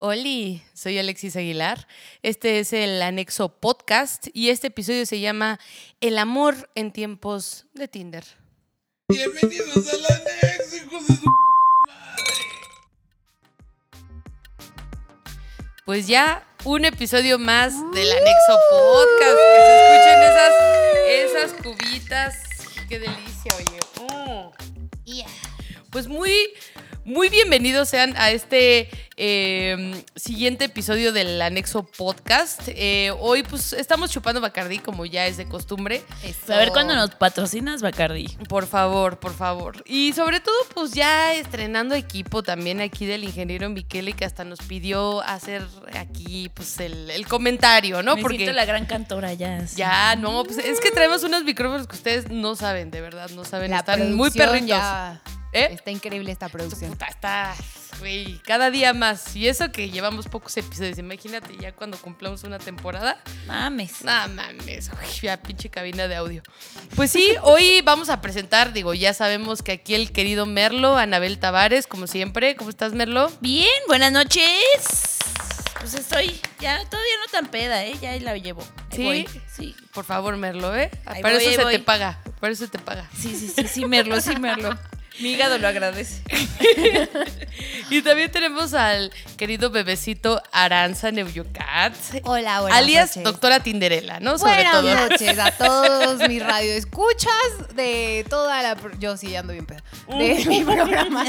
Hola, soy Alexis Aguilar. Este es el Anexo Podcast y este episodio se llama El amor en tiempos de Tinder. Bienvenidos al anexo, hijos de su Pues ya un episodio más del Anexo Podcast. Que se escuchen esas, esas cubitas. Qué delicia, oye. Mm. Pues muy, muy bienvenidos sean a este eh, siguiente episodio del Anexo Podcast. Eh, hoy pues estamos chupando Bacardí como ya es de costumbre. A ver cuándo nos patrocinas, Bacardi. Por favor, por favor. Y sobre todo, pues ya estrenando equipo también aquí del ingeniero Michele, que hasta nos pidió hacer aquí pues el, el comentario, ¿no? Me siento la gran cantora ya. sí. ya, no, pues es que traemos unos micrófonos que ustedes no saben, de verdad, no saben. Están muy producción perritos. ya- ¿Eh? Está increíble esta producción. Puta, está, güey, cada día más. Y eso que llevamos pocos episodios, imagínate ya cuando cumplamos una temporada. Mames. No mames, güey, ya pinche cabina de audio. Pues sí, hoy vamos a presentar, digo, ya sabemos que aquí el querido Merlo, Anabel Tavares, como siempre. ¿Cómo estás, Merlo? Bien, buenas noches. Pues estoy ya todavía no tan peda, ¿eh? Ya ahí la llevo. Ahí ¿Sí? voy. Sí. Por favor, Merlo, ¿eh? Ahí Para voy, eso ahí se voy. te paga, para eso te paga. Sí, sí, sí, sí, Merlo, sí, Merlo. Mi hígado lo agradece. Y también tenemos al querido bebecito Aranza Neuyocat, Hola, buenas alias noches. doctora Tinderela, ¿no? Sobre Buenas todo. noches a todos mis radioescuchas de toda la... pro- Yo sí ando bien pedo. De mi programa.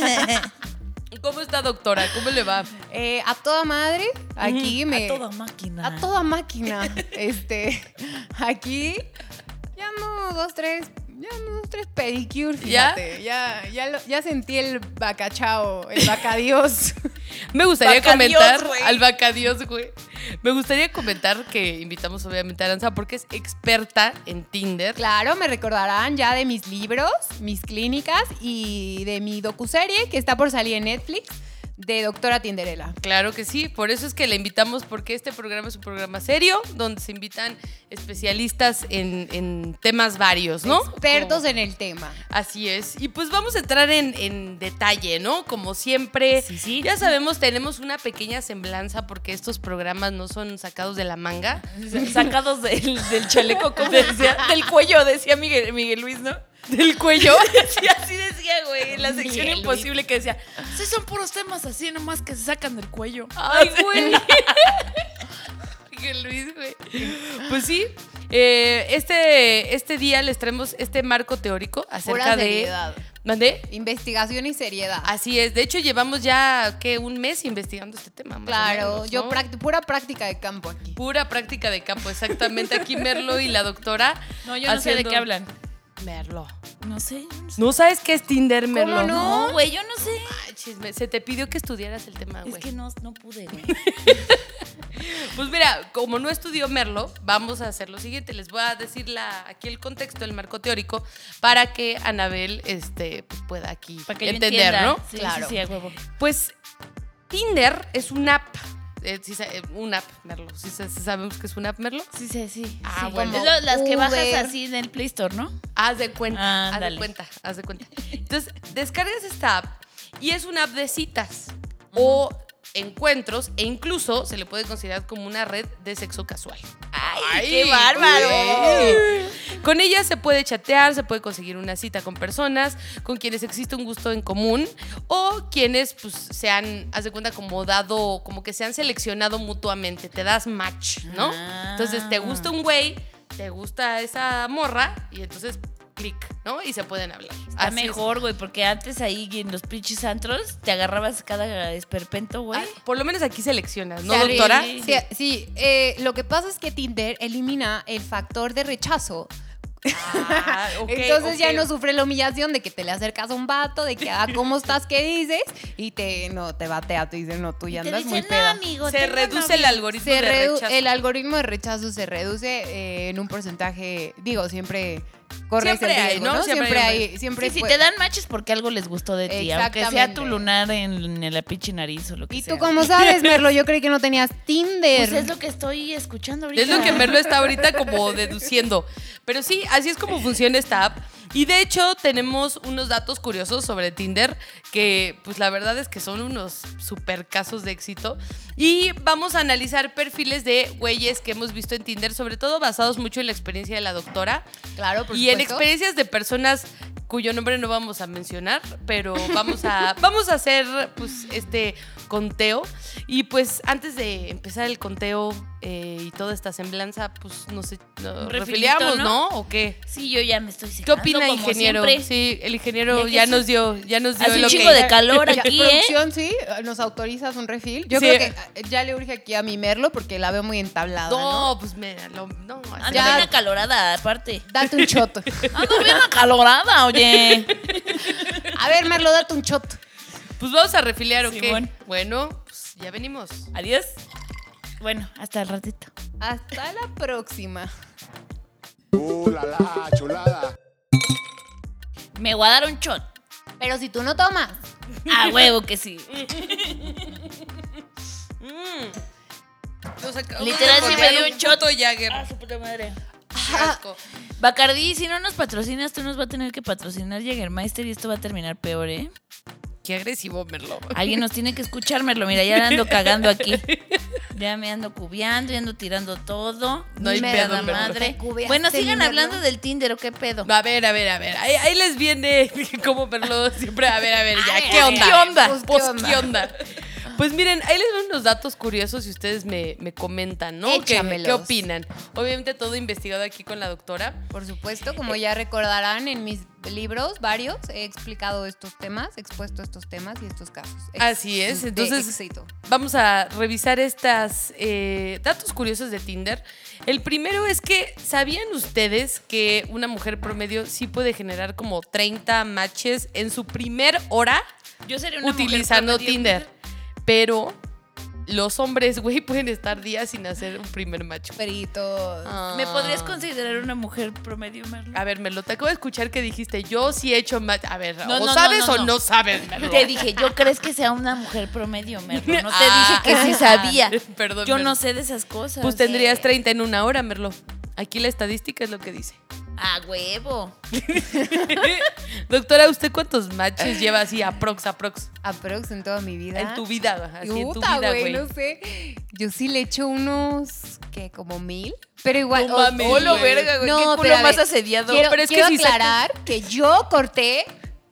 ¿Cómo está, doctora? ¿Cómo le va? Eh, a toda madre, aquí me... A toda máquina. a toda máquina. Este, aquí ya ando dos, tres... Ya ando dos, tres pedicure, ¿Ya? fíjate. Ya, ya, lo- ya sentí el bacachao, el bacadios. Me gustaría Bacadiós, comentar güey. al Bacadiós, güey. Me gustaría comentar que invitamos obviamente a Aranza porque es experta en Tinder. Claro, me recordarán ya de mis libros, mis clínicas y de mi docuserie que está por salir en Netflix de Doctora Tinderela. Claro que sí, por eso es que la invitamos, porque este programa es un programa serio, donde se invitan especialistas en, en temas varios, ¿no? Expertos Como- en el tema. Así es. Y pues vamos a entrar en, en detalle, ¿no? Como siempre. Sí, sí. Ya sabemos, tenemos una pequeña semblanza porque estos programas no son sacados de la manga. Sacados del, del chaleco, como decía, del cuello, decía Miguel, Miguel Luis, ¿no? Del cuello. Sí, así decía, güey, en la sección Miguel Luis. imposible que decía, sí son puros temas así nomás que se sacan del cuello. Ay, güey. Miguel Luis, güey. Pues sí. eh, este, este día les traemos este marco teórico acerca Pura de. seriedad. ¿Mandé? Investigación y seriedad. Así es. De hecho, llevamos ya, ¿qué? Un mes investigando este tema. más o claro, menos, yo ¿no? pract- pura práctica de campo aquí. Pura práctica de campo, exactamente. Aquí Merlo y la doctora. No, yo no sé de haciendo- qué hablan. Merlo. No sé, yo no sé. ¿No sabes qué es Tinder, Merlo? No, Ah, güey, yo no sé. Ay, chisme. Se te pidió que estudiaras el tema, güey. Es que no, no pude, güey. Pues mira, como no estudió Merlo, vamos a hacer lo siguiente. Les voy a decir la, aquí el contexto, el marco teórico, para que Anabel este, pues, pueda aquí Para que yo entender, entienda. ¿no? Sí, Claro. sí, sí, a huevo. Pues Tinder es una app. Eh, sí sa- eh, una app, Merlo. ¿Sí sa- sabemos que es una app, Merlo? Sí, sí, sí. Ah, Sí, bueno. Es lo- las que bajas Uber. así en el Play Store, ¿no? Haz de cuenta, Ah, haz de ándale. cuenta, haz de cuenta. Entonces, descargas esta app y es una app de citas o encuentros e incluso se le puede considerar como una red de sexo casual. ¡Ay, qué bárbaro! güey. Con ella se puede chatear, se puede conseguir una cita con personas con quienes existe un gusto en común o quienes pues se han, haz de cuenta, como dado, como que se han seleccionado mutuamente, te das match, ¿no? Ah. Entonces te gusta un güey, te gusta esa morra y entonces clic, ¿no? Y se pueden hablar. Está Así es. mejor, güey, porque antes ahí en los pinches antros te agarrabas cada esperpento, güey. Ah, por lo menos aquí seleccionas, ¿no, Se arri- doctora? Sí, sí, eh, lo que pasa es que Tinder elimina el factor de rechazo. Ah, ok, Entonces ya ok. no sufre la humillación de que te le acercas a un vato, de que, ah, ¿cómo estás? ¿Qué dices? Y te, no, te batea, te dicen, no, tú ya andas muy peda. amigo, Se reduce el algoritmo de Se redu- rechazo. el algoritmo de rechazo se reduce eh, en un porcentaje, digo, siempre corre Siempre amigo, hay, ¿no? Siempre Siempre, hay hay, Siempre siempre si fue- te dan matches porque algo les gustó de ti, aunque sea tu pues. Exactamente. lunar en, en la pinche nariz o lo que Y sea. tú cómo sabes, Merlo, yo creí que no tenías Tinder. Pues es lo que estoy escuchando ahorita. Es lo que Merlo está ahorita como deduciendo. Pero sí, así es como funciona esta app. Y de hecho tenemos unos datos curiosos sobre Tinder que pues la verdad es que son unos super casos de éxito. Y vamos a analizar perfiles de güeyes que hemos visto en Tinder, sobre todo basados mucho en la experiencia de la doctora Claro, por y en supuesto. experiencias de personas cuyo nombre no vamos a mencionar, pero vamos a, vamos a hacer pues este conteo. Y pues antes de empezar el conteo eh, y toda esta semblanza, pues no sé, nos Un refilito, refiliamos, ¿no? ¿no? ¿O qué? Sí, yo ya me estoy ¿Qué secando, opina, como ingeniero? siempre. Sí, el Mira ingeniero que ya sí. nos dio, ya nos dio Hace el un ok. chingo de calor Ya, aquí, ¿eh? producción, sí, nos autorizas un refil. Yo Sí. creo que eh, ya le urge aquí a mi Merlo porque la veo muy entablada, ¿no? No, pues mira, lo- no, Ando así- Ya. bien acalorada, aparte. Date un shot. Ando bien acalorada, oye. A ver, Merlo, date un shot. pues vamos a refiliar, ¿ok? Simón. Bueno, pues ya venimos. Adiós. Bueno, hasta el ratito. Hasta la próxima. Uh, la, la, chulada. Me voy a dar un shot. Pero si tú no tomas. A huevo que sí. Nos acabamos Literal, de sí me poner dio un choto. puto Jagger. Ah, su puta madre. Qué asco. Bacardí, si no nos patrocinas, tú nos va a tener que patrocinar Jägermeister y esto va a terminar peor, ¿eh? Qué agresivo, Merlo. Alguien nos tiene que escuchármelo. Mira, ya la ando cagando aquí. Ya me ando cubiando, ya ando tirando todo. No hay Me pedo, da Merlo. madre. Cubeaste, Bueno, sigan mi hablando Merlo. del Tinder, ¿o qué pedo? A ver, a ver, a ver. Ahí, ahí les viene como Merlo siempre. A ver, a ver, ya. A ver, ¿Qué a onda? ver, Pues, ¿qué onda? Pues miren, ahí les van unos datos curiosos y ustedes me, me comentan, ¿no? ¿Qué, Échamelos. ¿Qué opinan? Obviamente todo investigado aquí con la doctora. Por supuesto, como ya recordarán en mis libros, varios, he explicado estos temas, expuesto estos temas y estos casos. Ex- Así es, de entonces- éxito. Vamos a revisar estas eh, datos curiosos de Tinder. El primero es que, ¿sabían ustedes que una mujer promedio sí puede generar como 30 matches en su primer hora? Yo seré utilizando Tinder. Pero los hombres, güey, pueden estar días sin hacer un primer macho. Peritos. ¿Me podrías considerar una mujer promedio, Merlo? A ver, Merlo, te acabo de escuchar que dijiste, yo sí he hecho match. A ver, No, o no, no, sabes no, o no. no, sabes, Merlo. Te dije, ¿yo crees que sea una mujer promedio, Merlo? No te Ah. dije que sí sabía. Perdón. Yo Merlo. no sé de esas cosas. Pues Eh. tendrías 30 en una hora, Merlo. Aquí la estadística es lo que dice. A huevo. Doctora, ¿usted cuántos matches lleva así aprox, aprox? Aprox en toda mi vida. En tu vida, así en tu Puta, vida, güey, güey. no sé. Yo sí le echo unos, ¿qué? Como mil. Pero igual. No o- mames, olo, güey. No, qué pero a culo más ver, asediado. Quiero, pero es que quiero si sacas- aclarar que yo corté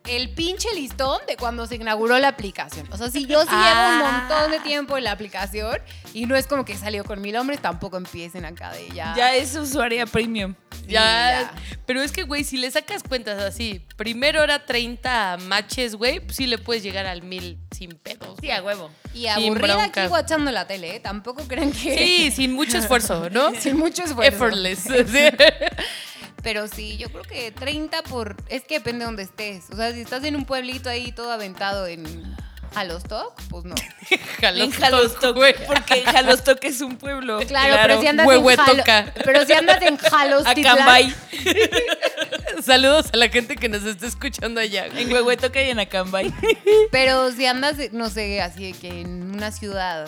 el pinche listón de cuando se inauguró la aplicación. O sea, si yo sí Ah. llevo un montón de tiempo en la aplicación y no es como que salió con mil hombres, tampoco empiecen acá de ya. Ya es usuaria premium. Ya. Pero es que, güey, si le sacas cuentas así, primero hora 30 matches, güey, pues sí le puedes llegar al mil sin pedos. Sí, a huevo. Y Sin aburrida bronca. aquí guachando la tele, ¿eh? Tampoco crean que. Sí, sin mucho esfuerzo, ¿no? Sin mucho esfuerzo. Effortless. Pero sí, yo creo que 30 por. Es que depende de donde estés. O sea, si estás en un pueblito ahí todo aventado en Halostock, pues no. Jalón En Jalostoc, güey. Porque Jalostoc es un pueblo. Claro, pero si andas en Huehuetoca. Jalo- Pero si andas en Jalostitlán. Acambay. Saludos a la gente que nos está escuchando allá. güey. En Huehuetoca y en Acambay. Pero si andas, no sé, así de que en una ciudad.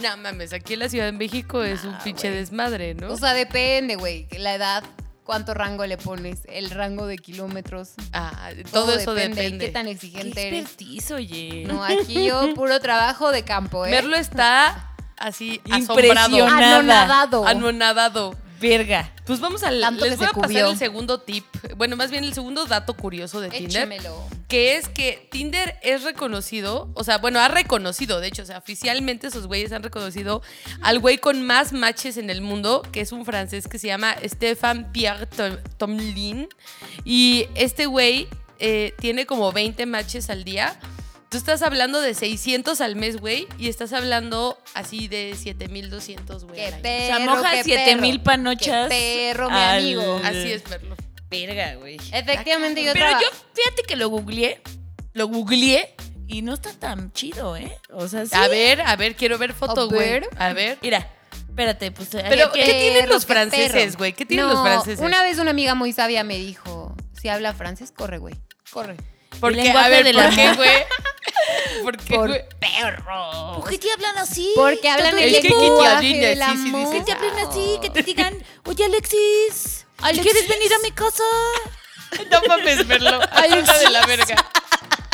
No mames, aquí en la Ciudad de México es un pinche desmadre, ¿no? O sea, depende, güey. La edad, cuánto rango le pones, el rango de kilómetros. Ah, todo, eso depende. ¿Qué tan Qué exigente eres? expertise, oye. No, aquí yo puro trabajo de campo, ¿eh? Merlo está así Impresionado. asombrado, Anonadado. anonadado. Verga. Pues vamos al Tanto les que voy se a pasar cubrió. el segundo tip. Bueno, más bien el segundo dato curioso de Tinder, Échemelo. que es que Tinder es reconocido, o sea, bueno, ha reconocido, de hecho, o sea, oficialmente esos güeyes han reconocido al güey con más matches en el mundo, que es un francés que se llama Stéphane Pierre Tom- Tomlin y este güey eh, tiene como 20 matches al día. Tú estás hablando de 600 al mes, güey, y estás hablando así de 7200, güey. Qué al año. O perro. sea, moja qué 7000 perro. panochas. Qué perro, mi al- amigo. Así es, Merlo. Verga, güey. Efectivamente, yo Pero traba- yo, fíjate que lo googleé. Lo googleé. Y no está tan chido, ¿eh? O sea, sí. A ver, a ver, quiero ver foto, A güey. ver. A ver. Mira, espérate, pues. Pero, hay que- ¿qué eh, tienen los perro, franceses, perro. güey? ¿Qué tienen los franceses? Una vez una amiga muy sabia me dijo, si habla francés, corre, güey. Corre. ¿Por El qué? lenguaje A ver, del ¿por amor. qué, güey? ¿Por qué, Por- güey? ¿Por qué te hablan así? Porque hablan tú el eres- Es que lenguaje Kitty del Audina, sí, sí, amor. dices. Que te hablen así, que te digan, oye Alexis, Ay, ¿quieres venir a mi casa? No mames, verlo. Ayuda de la verga.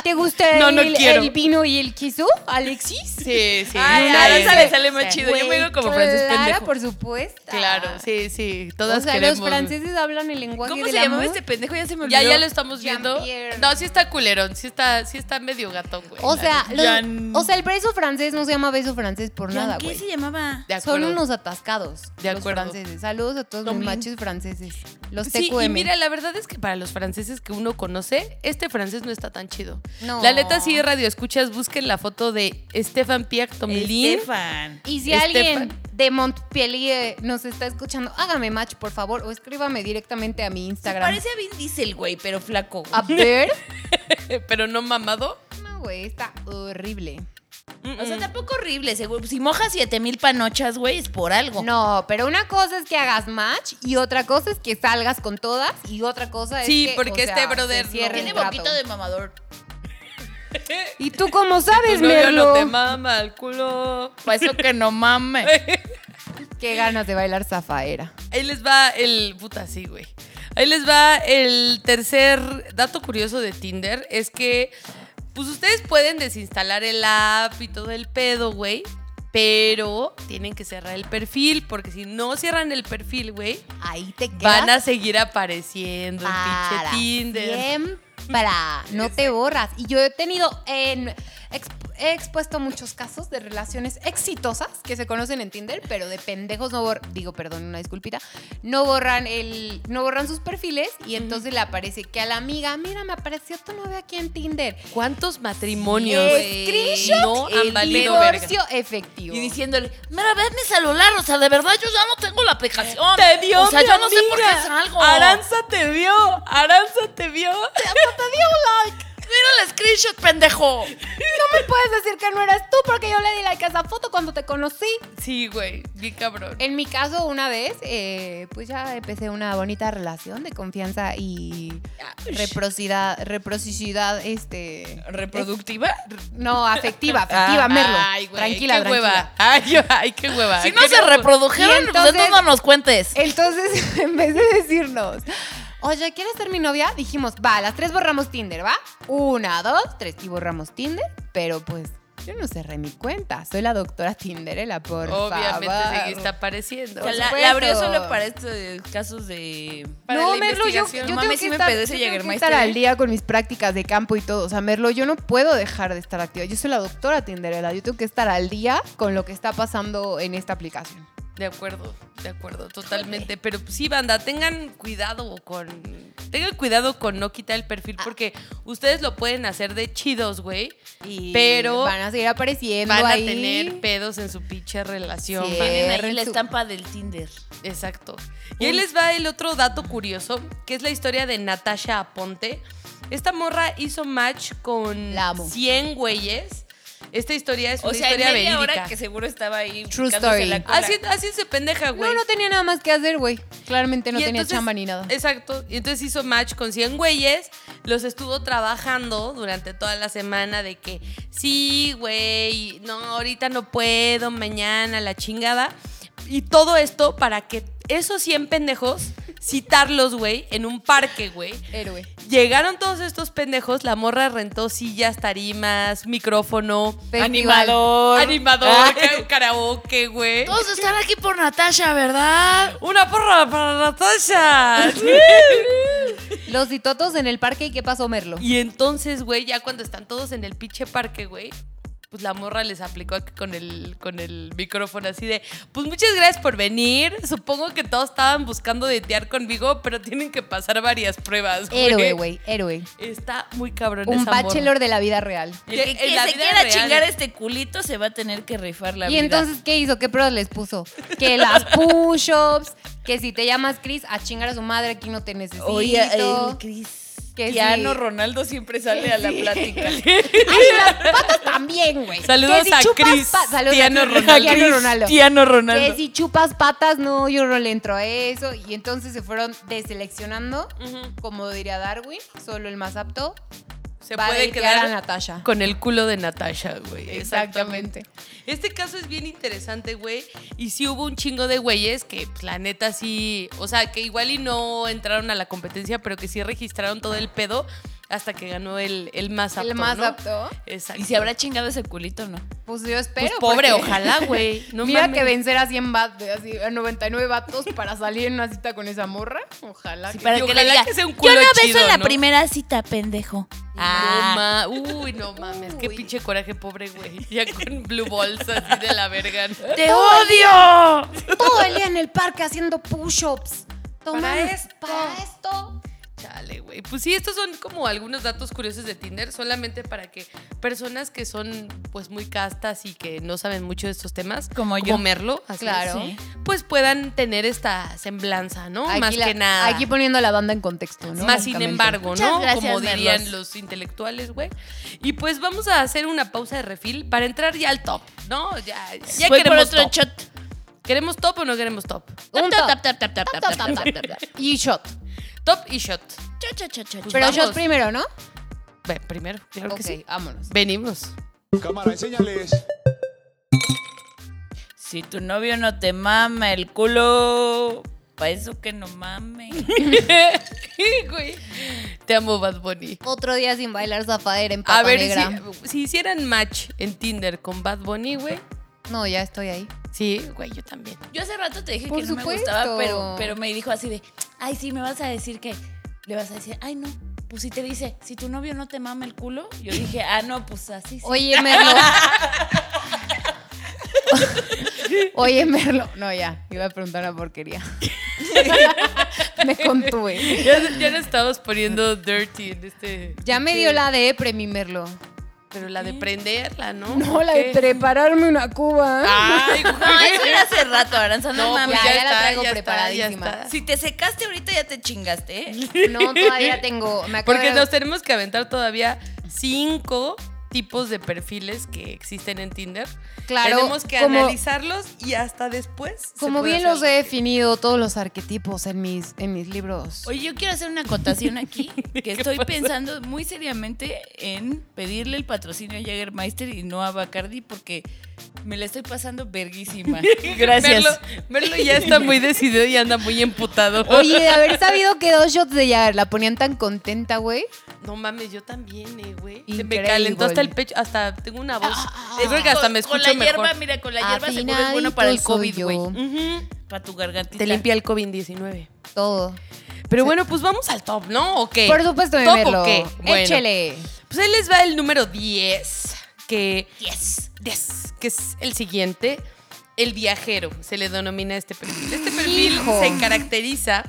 ¿Te gusta No, no el, quiero. el vino y el queso, Alexis? Sí, sí. Ay, Una ay, de esas le güey, sale más chido. Yo me digo como Güey, francés Clara, pendejo. por supuesto. Claro, sí, sí. Todas Ah. O sea, queremos. los franceses hablan el lenguaje ¿Cómo del se llamaba amor. este pendejo? Ya se me olvidó. Ya, ya lo estamos viendo. Jean-Pierre. No, sí está culerón. Sí está, sí está medio gatón, güey. O la sea, neta. los- Jean- o sea, el beso francés no se llama beso francés por Jan, nada, ¿Qué güey. se llamaba? de Son acuerdo. unos atascados De los acuerdo. franceses. Saludos a todos También. mis machos franceses. Los TQM. Sí, y mira, la verdad es que para los franceses que uno conoce, este francés no está tan chido. No. La neta, sí, radio escuchas, busquen la foto de Stefan Pierre Tomelin. Estefan. Y si Estefan. alguien de Montpellier nos está escuchando, hágame match, por favor, o escríbame directamente a mi Se Instagram. Ah, parece a Vin Diesel, güey, pero flaco. güey. A ver. Pero no mamado. No, güey, está horrible. O sea, tampoco horrible, seguro. Si mojas 7000 panochas, güey, es por Oh. algo. No, pero una cosa es que hagas match y otra cosa es que salgas con todas y otra cosa es Sí, que, porque o sea, este brother se cierre no- el Tiene trato. boquito de mamador. Y tú cómo sabes, Tu novio Pues no Pues Merlo. te mama el culo. Para eso que no mames. Qué ganas de bailar zafaera. Ahí les va el. Puta, sí, güey. Ahí les va el tercer dato curioso de Tinder. Es que, pues ustedes pueden desinstalar el app y todo el pedo, güey. Pero tienen que cerrar el perfil, porque si no cierran el perfil, güey, Ahí te quedas. van a seguir apareciendo en para pinche Tinder. Para, no te borras. Y yo he tenido, en, exp- he expuesto muchos casos de relaciones exitosas que se conocen en Tinder, pero de pendejos no borran, digo, perdón, una disculpita, no borran el, no borran sus perfiles y entonces le aparece que a la amiga, mira, me apareció tu novio aquí en Tinder. ¿Cuántos matrimonios Sí, screenshot, no han el valido verga? divorcio efectivo. Y diciéndole, mira, ves mi celular, o sea, de verdad yo ya no tengo la aplicación. Te vio, O sea, mi yo no sé por qué amiga. salgo. Aranza te vio, Aranza te vio. Mira el screenshot, pendejo. No me puedes decir que no eres tú porque yo le di like a esa foto cuando te conocí. Sí, güey, bien cabrón. En mi caso, una vez, eh, pues ya empecé una bonita relación de confianza y Eh, reciprocidad, reciprocidad, este... ¿Reproductiva? No, afectiva, afectiva, Ah, Merlo. Ay, güey, tranquila, qué tranquila. hueva. Ay, yo- ay, qué hueva. Si no Qué se hueva. reprodujeron, Ah, Y pues entonces- entonces no nos cuentes. Entonces, en vez de decirnos, oye, ¿quieres ser mi novia? Dijimos, va, las tres borramos Tinder, ¿va? Una, dos, tres. Y borramos Tinder, pero pues yo no cerré mi cuenta. Soy la doctora Tinderela, por Obviamente favor. seguiste apareciendo. O sea, por la, supuesto. la abrió solo para estos eh, casos de. para no, la Merlo, yo, investigación. yo No tengo mames, que sí me estar, empedó ese yo tengo que Jägermeister, estar ¿eh? al día con mis prácticas de campo y todo. O sea, Merlo, yo no puedo dejar de estar activa. Yo soy la doctora Tinderela. Yo tengo que estar al día con lo que está pasando en esta aplicación. De acuerdo, de acuerdo, totalmente. Pero pues, sí, banda, tengan cuidado con. Tengan cuidado con no quitar el perfil Ah. porque ustedes lo pueden hacer de chidos, güey. Y Pero van a seguir apareciendo Van a ahí. tener pedos en su pinche relación. Sí. van. Tienen ahí Erren la su- estampa del Tinder. Exacto. Y ahí les va el otro dato curioso, que es la historia de Natasha Aponte. Esta morra hizo match con La amo. 100 güeyes. Esta historia es una O sea, en historia media verídica. hora que seguro estaba ahí. True picándose story. la cola. Así, así se pendeja, güey. No, no tenía nada más que hacer, güey. Claramente no Y tenía entonces- chamba ni nada. Exacto. Y entonces hizo match con 100 güeyes. Los estuvo trabajando durante toda la semana de que, sí, güey, no, ahorita no puedo, mañana, la chingada. Y todo esto para que esos 100 pendejos citarlos, güey, en un parque, güey. Héroe. Llegaron todos estos pendejos, la morra rentó sillas, tarimas, micrófono, Festival. Animador. animador, ca- karaoke, güey. Todos están aquí por Natasha, ¿verdad? Una porra para Natasha. Los ditotos en el parque y qué pasó, Merlo. Y entonces, güey, ya cuando están todos en el pinche parque, güey, pues la morra les aplicó aquí con el, con el micrófono así de, pues muchas gracias por venir. Supongo que todos estaban buscando detear conmigo, pero tienen que pasar varias pruebas, güey. Héroe, güey, héroe. Está muy cabrón Un esa morra. bachelor de la vida real. El Que que, en que la se vida quiera real- chingar este culito se va a tener que rifar la y vida. entonces, ¿qué hizo? ¿Qué pruebas les puso? Que las push-ups, que si te llamas Chris, a chingar a su madre, aquí no te necesito. Oye, el Cris. Que Cristiano sí. Ronaldo siempre sale a la plática. Ay, las patas también, güey. Saludos Que si a chupas Chris, pa- Saludos a Tiano Chris, Ronaldo. Cristiano Ronaldo. Cristiano Que Ronaldo. si chupas patas, no, yo no le entro a eso. Y entonces se fueron deseleccionando, como diría Darwin, solo el más apto se para puede limpiar quedar a Natasha. con el culo de Natasha, güey. Exactamente. Este caso es bien interesante, güey. Y sí hubo un chingo de güeyes que, pues, la neta, sí. O sea, que igual y no entraron a la competencia, pero que sí registraron todo el pedo hasta que ganó el, el más apto. El más ¿no? apto. Exacto. ¿Y si habrá chingado ese culito o no? Pues yo espero. Pues pobre, porque- ojalá, güey. No Mira mames. que vencer a 100 vatos, así, a 99 vatos para salir en una cita con esa morra. Ojalá. Sí, que- para Y que ojalá le diga, que sea un yo culo no beso chido, en la ¿no?" primera cita, pendejo. No Ah, ma- Uy, no mames. Qué Uy. pinche coraje, pobre güey. Ya con blue balls así de la verga. ¿no? ¡Te odio! Todo el día en el parque haciendo push-ups. Para Para esto. esto. Para esto. Chale, güey. Pues sí, estos son como algunos datos curiosos de Tinder, solamente para que personas que son pues muy castas y que no saben mucho de estos temas, Como yo. Merlo, así Claro. es, pues puedan tener esta semblanza, ¿no? Más la- que nada. Aquí poniendo a la banda en contexto, ¿no? Más sin Básicamente. embargo, Muchas ¿no? gracias, Como dirían Merlos. los intelectuales, güey. Y pues vamos a hacer una pausa de refil para entrar ya al top, ¿no? Ya, ya Voy por queremos otro top. shot. ¿Queremos top o no queremos top? Un top. Tap, tap, tap, tap, tap, tap, tap, tap, tap, tap. Y shot. Top y shot. Shot, shot, shot, shot, shot. Pero vamos. shot primero, ¿no? Ve, primero, claro que sí. vámonos. Venimos. Cámara, enséñales. Si tu novio no te mama el culo, para eso que no mame. Güey. Te amo, Bad Bunny. Otro día sin bailar zafadera en pata A ver, negra. si, si hicieran match en Tinder con Bad Bunny, güey. No, ya estoy ahí. Sí, güey, yo también. Yo hace rato te dije Por que no me supuesto. gustaba, pero, pero me dijo así de, ay, sí, me vas a decir que, le vas a decir, ay, no, pues si te dice, si tu novio no te mama el culo, yo dije, ah, no, pues así sí. Oye, Merlo. Oye, Merlo. No, ya. Iba a preguntar una porquería. me contuve. Ya, ya nos estamos poniendo dirty en este. Ya me dio la depre, mi Merlo. Pero la de prenderla, ¿no? No, la de ¿Qué? prepararme una cuba. Ay, güey. No, eso era hace rato, Aranza, no, No, pues mames. ya, ya la está, traigo ya está, ya preparadísima. está. Si te secaste ahorita ya te chingaste, ¿eh? No, todavía tengo. Me acabo Porque de- nos tenemos que aventar todavía cinco tipos de perfiles que existen en Tinder. Claro, Tenemos que como- analizarlos y hasta después. se Como puede bien hacer los he definido todos los arquetipos en mis, en mis libros. Oye, yo quiero hacer una acotación aquí, que estoy pensando muy seriamente en pedirle el patrocinio a Jägermeister y no a Bacardi porque me la estoy pasando verguísima. Gracias. Merlo, Merlo ya está muy decidido y anda muy emputado. Oye, de haber sabido que dos shots de Jagger la ponían tan contenta, güey. No mames, yo también, eh, güey. Se me Increíble. calentó hasta el pecho, hasta tengo una voz. Yo creo que hasta me Ah, Con- escucho Con la mejor. hierba, mira, con la hierba seguro es bueno Afinadito para el soy COVID, yo. güey. Ujú. Para tu gargantita. Te limpia el COVID-19. Todo. Pero bueno, pues vamos al top, ¿no? ¿O qué? Por supuesto, mi ¿Top Merlo. o qué? Bueno, Échele. Pues ahí les va el número 10, que, Yes. 10, que es el siguiente. El viajero, se le denomina a este perfil. Este perfil Hijo. se caracteriza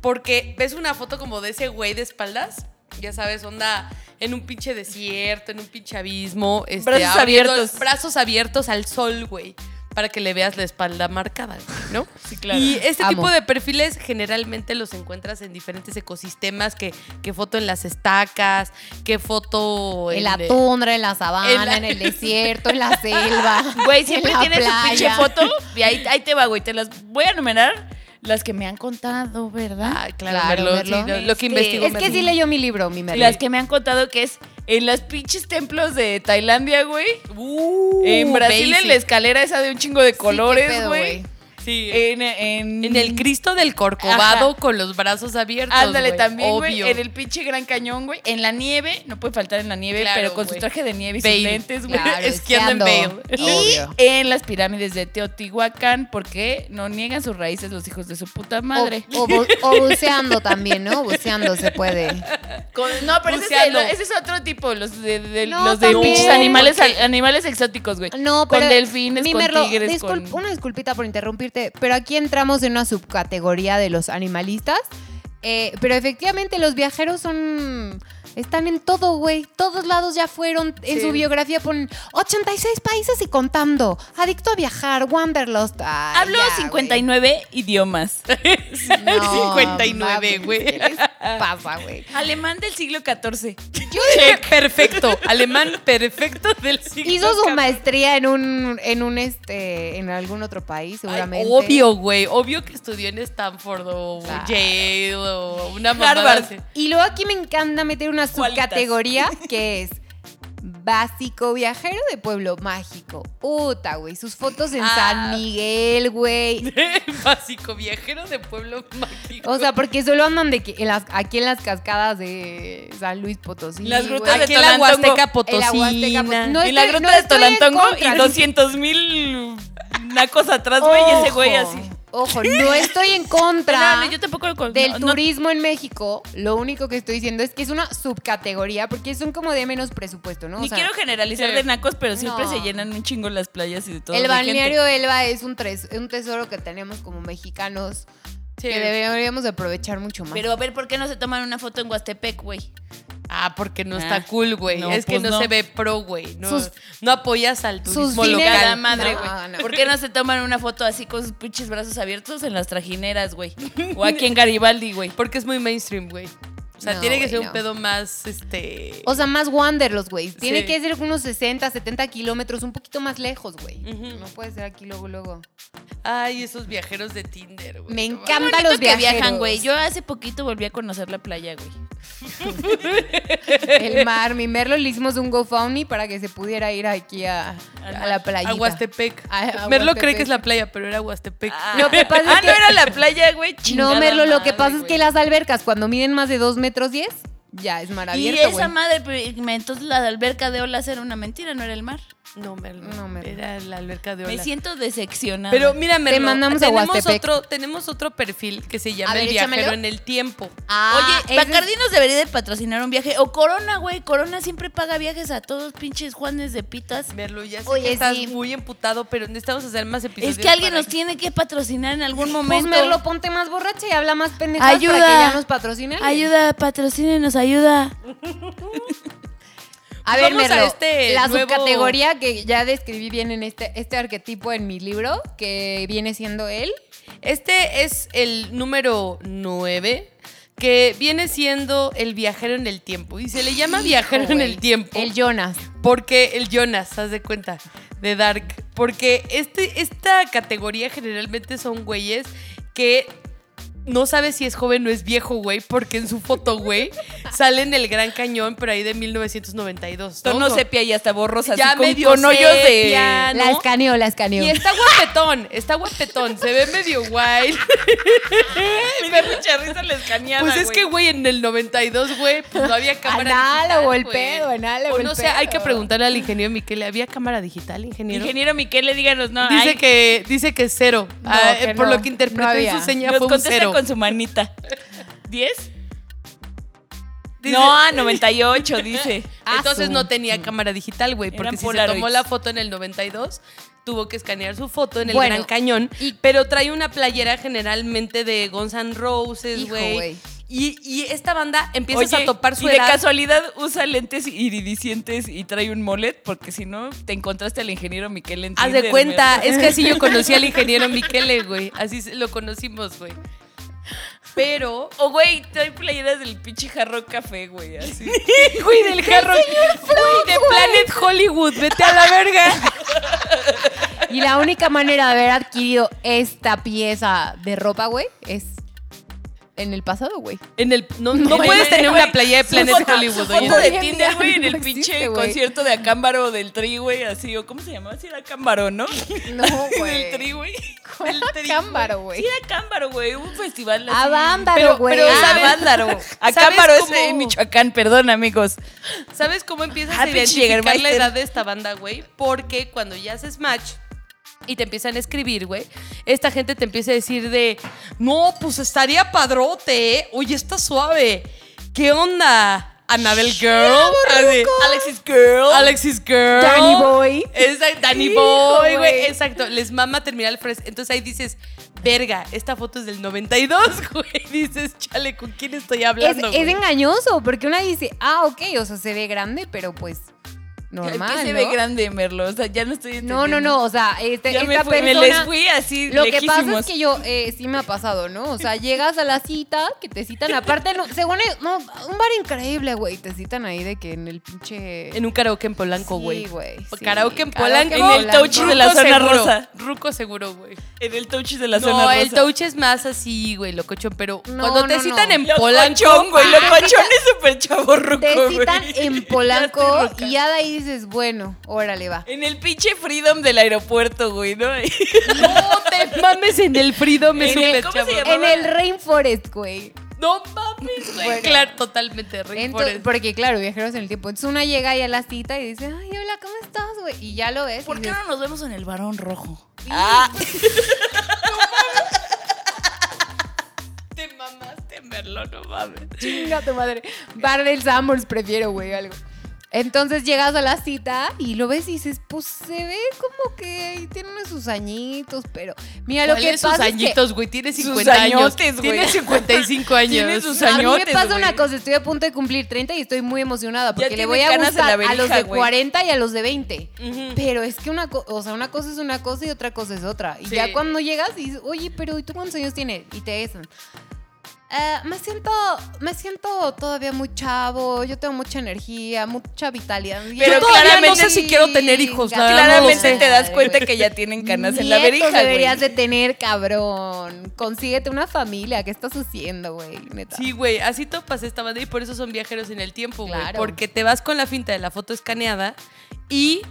porque ves una foto como de ese güey de espaldas, ya sabes, onda en un pinche desierto, en un pinche abismo. Este, Brazos abriendo- abiertos. Brazos abiertos al sol, güey, para que le veas la espalda marcada, güey, ¿no? Sí, claro. Y este Amo. tipo de perfiles generalmente los encuentras en diferentes ecosistemas, que, que foto en las estacas, que foto En la eh, tundra, en la en sabana, la- en, el desierto, en la selva. Güey, siempre en la tienes tu pinche playa. foto. Y ahí, ahí te va, güey. Te las voy a enumerar las que me han contado, ¿verdad? Ah, claro, Claro, Merlo, sí, Merlo. lo, lo que Este, investigó Es que Merlo. sí leyó mi libro, mi Merlo. Las que me han contado que es en los pinches templos de Tailandia, güey. Uh, en Brasil, basic. en la escalera esa de un chingo de Sí, qué colores, pedo, güey. Sí. en, en- en el Cristo del Corcovado Ajá. con los brazos abiertos. Ándale güey, también, güey. obvio. En el pinche Gran Cañón, güey. En la nieve, no puede faltar en la nieve, Claro, pero con güey. su traje de nieve y Bale. sus lentes, güey. Claro, Esquiando en esquiando. Bale. Y Obvio. en las pirámides de Teotihuacán, porque no niegan sus raíces los hijos de su puta madre. Oh, O, o bu- o buceando también, ¿no? Buceando se puede. Con- no, Oh, pero ese es, el- buceando. ese es otro tipo, los de, de- No, los de también. pinches animales, No, porque- animales exóticos, güey. No, con pero. delfines, mi con Merlo, tigres, disculp- con... Una disculpita por interrumpirte, pero aquí entramos en una subcategoría de los animalistas. Eh, pero efectivamente, los viajeros son. Están en todo, güey. Todos lados ya fueron. En Sí. su biografía ponen 86 países y Ah, contando. Adicto a viajar, Wanderlust. Ay, Hablo ya, güey. 59 idiomas. No, 59, mames, güey. ¿Qué les pasa, güey? Alemán del siglo XIV. Check, perfecto. Alemán perfecto del siglo Hizo su XIV. maestría en un, en un este, en algún otro país, Ay, seguramente. obvio, güey. Obvio que estudió en Stanford o Claro. Yale o una mamada Harvard. así. Y luego aquí me encanta meter una Cualitas. subcategoría que es básico viajero de pueblo mágico. Uta, güey. Sus fotos en Ah. San Miguel, güey. Básico viajero de pueblo mágico. O sea, porque solo andan de que en las- aquí en las cascadas de San Luis Potosí. Las güey. grutas de aquí en la Tolantongo. Huasteca En la Huasteca, Potosina. pues, no en la estoy- gruta no de estoy en Tolantongo contra, y sí. 200 mil nacos atrás, güey, y ese güey así. Ojo, no estoy en contra. No, no, yo tampoco lo con- del no, no, turismo en México, lo único que estoy diciendo es que es una subcategoría porque son como de menos presupuesto, ¿no? O Ni sea, quiero generalizar sí. de nacos, pero siempre No. se llenan un chingo las playas y de todo. el de balneario Elba es un, tres- un tesoro que tenemos como mexicanos Sí. que deberíamos de aprovechar mucho más. gente. Pero a ver, ¿por qué no se toman una foto en Huastepec, güey? Ah, porque no Ah, está cool, güey. no, es que pues no, no. se ve pro, güey. No, Sus- no apoyas al sus turismo fines- local. Cada madre, No, güey. no. ¿Por qué no se toman una foto así con sus pinches brazos abiertos en las trajineras, güey? O aquí en Garibaldi, güey. Porque es muy mainstream, güey. O sea, No, tiene que güey, ser un no. pedo más, este... O sea, más Wanderlos, güey. Tiene Sí. que ser unos 60, 70 kilómetros, un poquito más lejos, güey. Ujú. No puede ser aquí luego, luego. Ay, esos viajeros de Tinder, güey. Me No encanta mames. Pues, Qué bonito los que viajeros. viajan, güey. Yo hace poquito volví a conocer la playa, güey. El mar, mi Merlo le hicimos un GoFundMe para que se pudiera ir aquí a, a la playita. A Huastepec. A- a Merlo Huastepec. cree que es la playa, pero era Huastepec. Lo que pasa es ah, que- no era la playa, güey. Chingada No, Merlo, lo que madre, pasa es güey. que las albercas cuando miden más de 2 metros 10, ya es mar Y abierto, esa güey. madre, pero, entonces la alberca de olas era una mentira, no era el mar. No, Merlo. No, Merlo. Era la alberca de olas. Me siento decepcionada. Pero mira, Merlo, mandamos a tenemos, Huastepec. otro, tenemos otro perfil que se llama A ver, El viajero échamelo. en el tiempo. Ah, Oye, ese es- Bacardi nos debería de patrocinar un viaje. O Corona, güey. Corona siempre paga viajes a todos pinches Juanes de pitas. Merlo, ya sé Oye, que estás sí. muy emputado, pero necesitamos hacer más episodios. Es que alguien para nos tiene que patrocinar en algún Pues momento. Merlo, ponte más borracha y habla más pendejadas Ayuda. para que ya nos patrocinen. Ayuda, patrocínenos, ayuda. A ver, Vamos a Merlo, este la nuevo- subcategoría que ya describí bien en este, este arquetipo en mi libro, que viene siendo él. Este es el número 9, que viene siendo el viajero en el tiempo. Y se le llama viajero en güey, el tiempo. El Jonas. porque el Jonas, haz de cuenta, de Dark. Porque este, esta categoría generalmente son güeyes que no sabes si es joven o es viejo, güey, porque en su foto, güey, sale en el Gran Cañón, pero ahí de 1992. ¿no? Tono sepia y hasta borrosa, Ya así con, medio con hoyos sepia. de... Ah, La ¿no? escaneó, la escaneó. Y está guapetón, está guapetón, se ve medio guay. Me dio mucha risa la escaneada, Pues es que, güey, en el 92, güey, pues no había cámara digital, Análogo Ah, el güey. pedo, análogo O el no sé, hay que pedo. preguntarle al ingeniero Miquel, ¿había cámara digital, ingeniero? Ingeniero Miquel, le díganos, no, Dice ay, que, dice que cero. No, Ah, que eh, por no, lo que interpreté no en había. su seña nos fue un contesta cero. con su manita. ¿Diez? Dice- "Ah, No, ah, 98, dice. Entonces su- mm. no tenía cámara digital, güey, porque Eran si se Polaroids. tomó la foto en el 92, tuvo que escanear su foto en el Bueno, Gran Cañón. y- pero trae una playera generalmente de Guns N' Roses, Hijo, güey. güey. Y, y esta banda empiezas Oye, a topar su y de edad. casualidad usa lentes iridiscentes y trae un molet, porque si no, te encontraste al ingeniero Miquel en Haz Tinder, de cuenta, mierda. es que así yo conocí al ingeniero Miquele, güey. Así se- lo conocimos, güey. Pero, oh, O, güey, trae playeras del pinche jarro café, güey, así. güey, del jarro. Güey, de Planet Hollywood, vete a la verga. Y la única manera de haber adquirido esta pieza de ropa, güey, es en el pasado, güey. En el, no no En el- puedes tener güey, una playa de su Planet foto- Hollywood, su oye. foto Hoy de en Tinder, día güey, en no el existe, pinche güey. concierto de Acámbaro del Tri, güey, así, o ¿cómo se llamaba? Si era Acámbaro, ¿no? No, Del Tri, güey. ¿Cuál Acámbaro, güey? Sí era Acámbaro, güey, hubo un festival así. Avándaro, güey. pero, Ah, ¿sabes? Acámbaro. Acámbaro Ah, ¿Sabes es en cómo? Michoacán, perdón, amigos. ¿Sabes cómo empiezas Ah, a pinche identificar la Jägermeister. edad de esta banda, güey? Porque cuando ya haces match y te empiezan a escribir, güey, esta gente te empieza a decir de, no, pues estaría padrote, ¿eh? Oye, está suave. ¿Qué onda? Anabel Girl. Así, Alexis Girl. Alexis Girl. Danny Boy. Exacto, Danny Hijo, Boy, güey. güey. Exacto. Les mama terminar el fresh. Entonces ahí dices, verga, esta foto es del 92, güey. Dices, chale, ¿con quién estoy Es, hablando? es güey?" engañoso, porque una dice, ah, ok, o sea, se ve grande, pero pues normal. Ay, que se ¿no? ve grande, Merlo. O sea, ya no estoy entendiendo. No, no, no, o sea, este, Ya esta me, fui, me persona... les fui así Lo que pasa lejísimos. es que yo, eh, sí me ha pasado, ¿no? O sea, llegas a la cita, que te citan, aparte, no, según, el- no, un bar increíble, güey, te citan ahí de que en el pinche... En un karaoke en Polanco, güey. Sí, güey. sí. Karaoke en Karaoke Polanco. en el touch de la Ruco zona seguro, rosa. Ruco seguro, güey. En el touch de la zona No, rosa. el touch es más así, güey, locochón. Pero No, cuando te no, citan no. en Lo Polanco. cochón, güey. Lo cochón es súper chavo Te ruco, citan güey. en Ya Polanco estoy y roca. ya de ahí dices, bueno, órale, va. En el pinche Freedom del aeropuerto, güey, ¿no? No te mames en el Freedom, me En el- súper ¿cómo se chavo. llama? En el Rainforest, güey. No mames, güey. Bueno. Claro, totalmente. Rick Ento- Forest. porque claro, viajeros en el tiempo. Entonces una llega ahí a la cita y dice, ay, hola, ¿cómo estás, güey? Y ya lo ves. ¿Por y qué dices, "Mm, no nos vemos en el varón rojo? Ah. Te mamaste, Merlo, no mames. Chinga tu madre. Bar del Sanborns prefiero, güey, algo. Entonces llegas a la cita y lo ves y dices, pues se ve como que ahí tiene unos sus añitos, pero mira lo que ¿Cuáles sus pasa es que- añitos, güey? Tiene Sus 50 años. añotes, güey. Tiene 55 años. Tiene sus A mí me añotes, pasa una güey. cosa, estoy a punto de cumplir 30 y estoy muy emocionada porque le tiene voy a canas en la gustar a los verija, de güey. 40 y a los de 20. Pero es que una, co- o sea, una cosa es una cosa y otra cosa es otra. Y Sí. ya cuando llegas y dices, oye, pero ¿y tú cuántos años tienes? Y te dicen, "Ah, me, siento, me siento todavía muy chavo, yo tengo mucha energía, mucha vitalidad. Y Pero yo todavía no sé si quiero tener hijos, la verdad, no lo Claramente sé. te das cuenta güey. que ya tienen canas en la Nietos verija, güey. deberías de tener, cabrón. Consíguete una familia. ¿Qué estás haciendo, güey? Neta. Sí, güey, así topas esta banda y por eso son viajeros en el tiempo, güey. Claro. Porque te vas con la finta de la foto escaneada y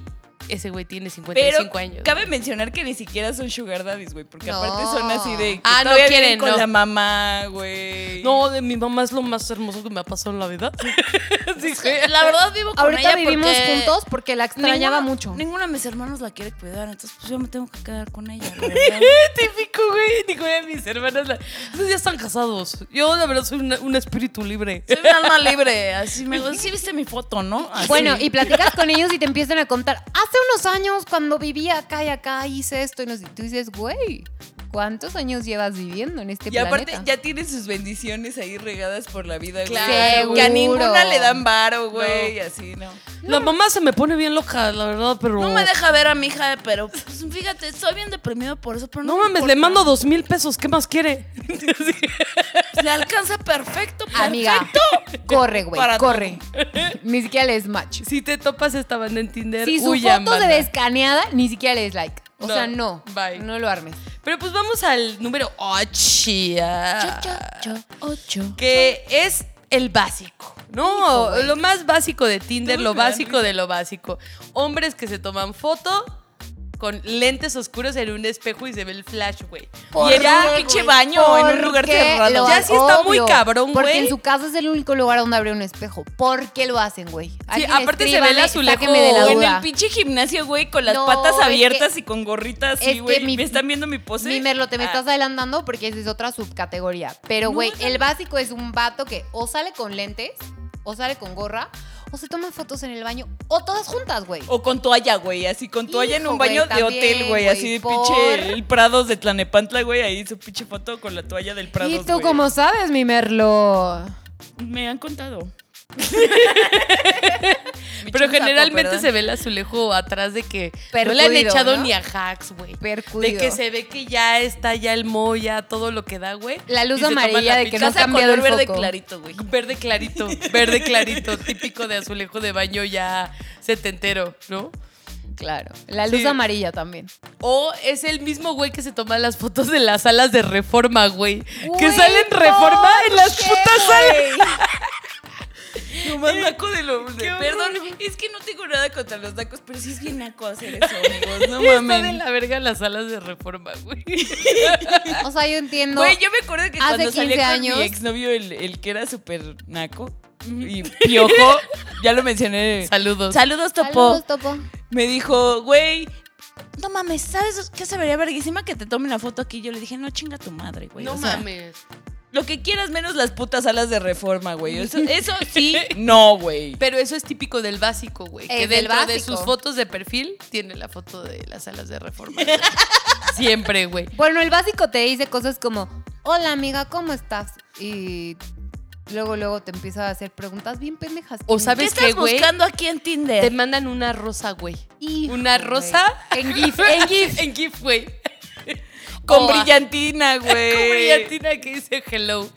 ese güey tiene 55 Pero años. cabe mencionar que ni siquiera son sugar daddies, güey, porque No. aparte son así de que Ah, no todavía quieren, viven con no. la mamá, güey. No, de mi mamá es lo más hermoso que me ha pasado en la vida. Sí, güey. La verdad vivo con Ahorita ella vivimos porque- juntos porque la extrañaba Ninguno- mucho. Ninguno de mis hermanos la quiere cuidar, entonces pues yo me tengo que quedar con ella, la verdad. Típico, güey. Digo, de mis hermanas. la- Esos ya están casados. Yo, la verdad, soy una- un espíritu libre. Soy un alma libre, así me Sí viste mi foto, ¿no? Así. Bueno, y platicas con ellos y te empiezan a contar. Hace unos años, cuando vivía acá y acá, hice esto. Y nos, tú dices, güey, ¿cuántos años llevas viviendo en este Y aparte planeta? ya tienen sus bendiciones ahí regadas por la vida, güey. Claro. Que a Seguro. ninguna le dan varo, güey, y así, ¿no? La mamá se me pone bien loca, la verdad, pero. No me deja ver a mi hija, pero pues, fíjate, estoy bien deprimido por eso, pero no No me mames, le importa. mando dos mil pesos. ¿Qué más quiere? Le alcanza perfecto, perfecto. Amiga, corre, güey, Para corre. Ni siquiera le des match. Si te topas esta banda en Tinder, Si su huyan, foto se banda. ve escaneada, ni siquiera le des like. O No, sea, no. bye. No lo armes. Pero pues vamos al número 8. ocho. Que es el básico. No, lo más básico de Tinder, Todos lo me dan básico de lo básico. Hombres que se toman foto con lentes oscuros en un espejo y se ve el flash, güey. Y en un pinche baño o en un lugar ¿Por qué cerrado. lo Ya hacen? sí está muy cabrón, Porque güey. en su casa es el único lugar donde abre un espejo. ¿Por qué lo hacen, güey? Alguien aparte se ve el escríbame, azulejo sáquenme de la O en duda. el pinche gimnasio, güey, con las No, es patas que- abiertas y con gorrita es así, que güey. mi- ¿Me están viendo mi Pues pose? Mi Merlo, te me Ah, estás adelantando porque esa es otra subcategoría. Pero, No, güey, es el básico es un vato que o sale con lentes, o sale con gorra, o se toman fotos en el baño, o todas juntas, güey. O con toalla, güey, así con toalla en Hijo, un baño güey, de también, hotel, güey, güey, así de por- pinche el Prados de Tlanepantla, güey, ahí su pinche foto con la toalla del Prados. ¿Y tú güey. cómo sabes, mi Merlo? Me han contado. Ah. Pero generalmente se ve el azulejo atrás de que no le han Percudido, echado ¿no? ni a hacks, güey. Percudido. De que se ve que ya está ya el moya, todo lo que da, güey. La luz Y se toman amarilla la de que picha- no Casa cambiado color el verde foco. clarito, güey. Verde clarito, verde clarito, típico de azulejo de baño ya setentero, ¿no? Claro. La luz Sí. amarilla también. O es el mismo güey que se toma las fotos de las salas de reforma, güey. Que Güey, salen ¿por reforma en las qué, putas salas. Nomás naco de lo. de- qué horror. perdón, es que no tengo nada contra los nacos, pero sí es bien naco hacer eso, amigos. No Está de mamen. la verga las salas de reforma, güey. O sea, yo entiendo. Güey, yo me acuerdo que Hace cuando 15 salía años- con mi exnovio, el, el que era súper naco y piojo, ya lo mencioné. Saludos. Saludos, Topo. Saludos, topo. Me dijo, güey. No mames, ¿sabes qué se vería verguísima que te tomen la foto aquí? Yo le dije, no chinga tu madre, güey. o sea, Lo que quieras menos las putas alas de reforma, güey. Eso, eso sí, no, güey. Pero eso es típico del básico, güey. Que Es del dentro de básico. sus fotos de perfil tiene la foto de las salas de reforma. Siempre, güey. Bueno, el básico te dice cosas como, hola amiga, ¿cómo estás? Y luego, luego te empieza a hacer preguntas bien pendejas. O sabes- ¿Ves ¿Qué qué, estás güey? buscando aquí en Te Eh. Tinder? mandan una rosa, güey. Hijo, una güey. rosa. En GIF. en GIF. En GIF, güey. Con Oh, brillantina, güey. Con brillantina que dice hello.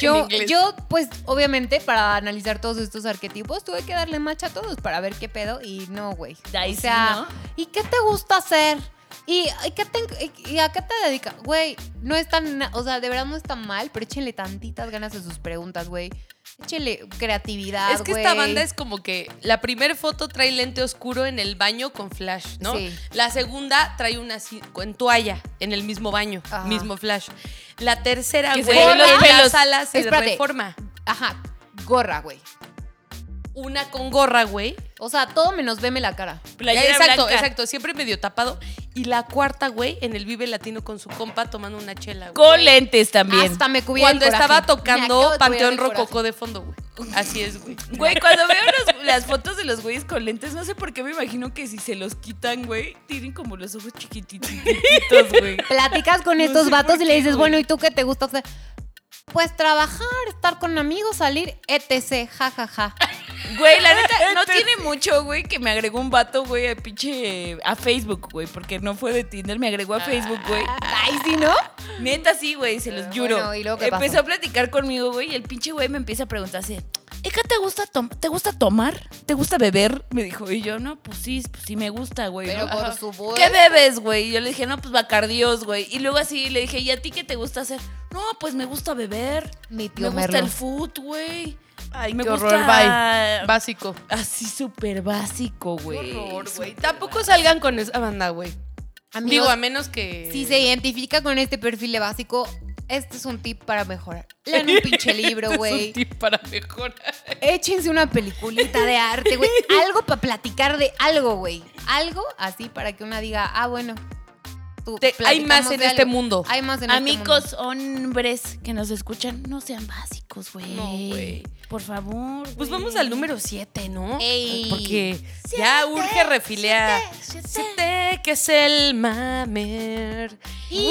Yo, En inglés. yo, pues, obviamente, para analizar todos estos arquetipos, tuve que darle match a todos para ver qué pedo. Y no, güey. Ahí O sea, sí, ¿y qué te gusta hacer? ¿Y, y qué te- y- y a qué te dedicas? Güey, no es tan. na- O sea, de verdad no está mal, pero échenle tantitas ganas a sus preguntas, güey. Échenle creatividad. Es que esta Ah, güey. banda es como que la primera foto trae lente oscuro en el baño con flash, ¿no? Sí. La segunda trae una así, en toalla en el mismo baño, Ajá. mismo flash. La tercera, Que se güey, le ven los en la pelos. sala se Espérate. reforma. Ajá, gorra, güey. Una con gorra, güey. O sea, todo menos veme la cara. Playera exacto, blanca. exacto, siempre medio tapado. Y la cuarta, güey, en el Vive Latino con su compa tomando una chela. güey. Con lentes también. Hasta me cubría el Cuando coraje. estaba Me acabo tocando de Panteón cubrir el Rococó de fondo, güey. Así es, güey. Güey, cuando veo los- las fotos de los güeyes con lentes, no sé por qué me imagino que si se los quitan, güey, tienen como los ojos chiquititos, güey. platicas con estos sé vatos por y le qué, dices, güey. bueno, ¿y tú qué te gusta hacer? Pues trabajar, estar con amigos, salir, etc. Ja, ja, ja. Güey, la neta, no tiene mucho, güey, que me agregó un vato, güey, a pinche. a Facebook, güey, porque no fue de Tinder, me agregó Ah. a Facebook, güey. Ay, ¿sí no? Neta, sí, güey, se los Eh, juro. bueno, ¿y luego qué Empezó pasó? a platicar conmigo, güey, y el pinche güey me empieza a preguntar así, ¿es que te gusta, tom- te gusta tomar? ¿Te gusta beber? Me dijo, y yo, no, pues sí, pues sí me gusta, güey. Pero ¿no? por Ajá. su voz. ¿Qué bebes, güey? Y yo le dije, no, pues bacardíos, güey. Y luego así le dije, ¿y a ti qué te gusta hacer? No, pues me gusta beber. Mi Me tío gusta Merlo. el food, güey. Ay, Me qué gusta- horror, bye. Básico. Así súper básico, güey. Qué horror, güey. Tampoco salgan con esa banda, güey. Amigos, Digo, a menos que. si se identifica con este perfil de básico, este es un tip para mejorar. Lean un pinche libro, Este Es güey. un tip para mejorar. Échense una peliculita de arte, güey. Algo para platicar de algo, güey. Algo así para que una diga, ah, bueno. tú Te- hay platicamos más en de este algo. mundo. Hay más en este mundo. Amigos, hombres que nos escuchan, no sean básicos, güey. No, güey. Por favor. Pues güey. vamos al número 7, ¿no? Ey. Porque ya urge refilear. 7, que es el mamer. Y-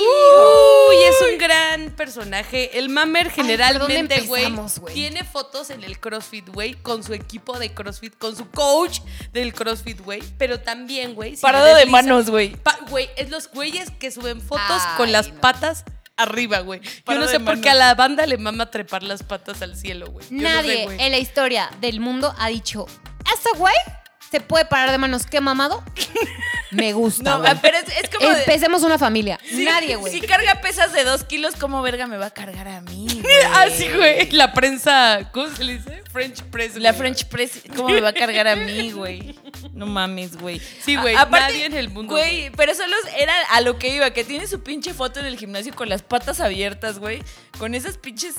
Uy, es un gran personaje. El mamer generalmente, güey, empezamos, güey? tiene fotos en el CrossFit, güey, con su equipo de CrossFit, con su coach del CrossFit, güey. Pero también, güey. si Parado lo de deslizas- manos, güey. Pa- Güey, es los güeyes que suben fotos Ay, con las no. patas arriba, güey. Yo Parado no de sé por qué a manos. la banda le mama trepar las patas al cielo, güey. Yo no sé, Nadie güey. en la historia del mundo ha dicho, ese güey se puede parar de manos, qué mamado. Me gusta. No, güey. Ah, pero es, es como. de- Empecemos una familia. si- Nadie, güey. Si carga pesas de dos kilos, ¿cómo verga me va a cargar a mí? Ah, güey? Así, Ah, güey. La prensa, ¿cómo se le dice? French press. La güey. French Press, ¿cómo me va a cargar a mí, güey? No mames, güey. Sí, güey, A- aparte, nadie en el mundo, Güey, pero solo era a lo que iba, que tiene su pinche foto en el gimnasio con las patas abiertas, güey. Con esas pinches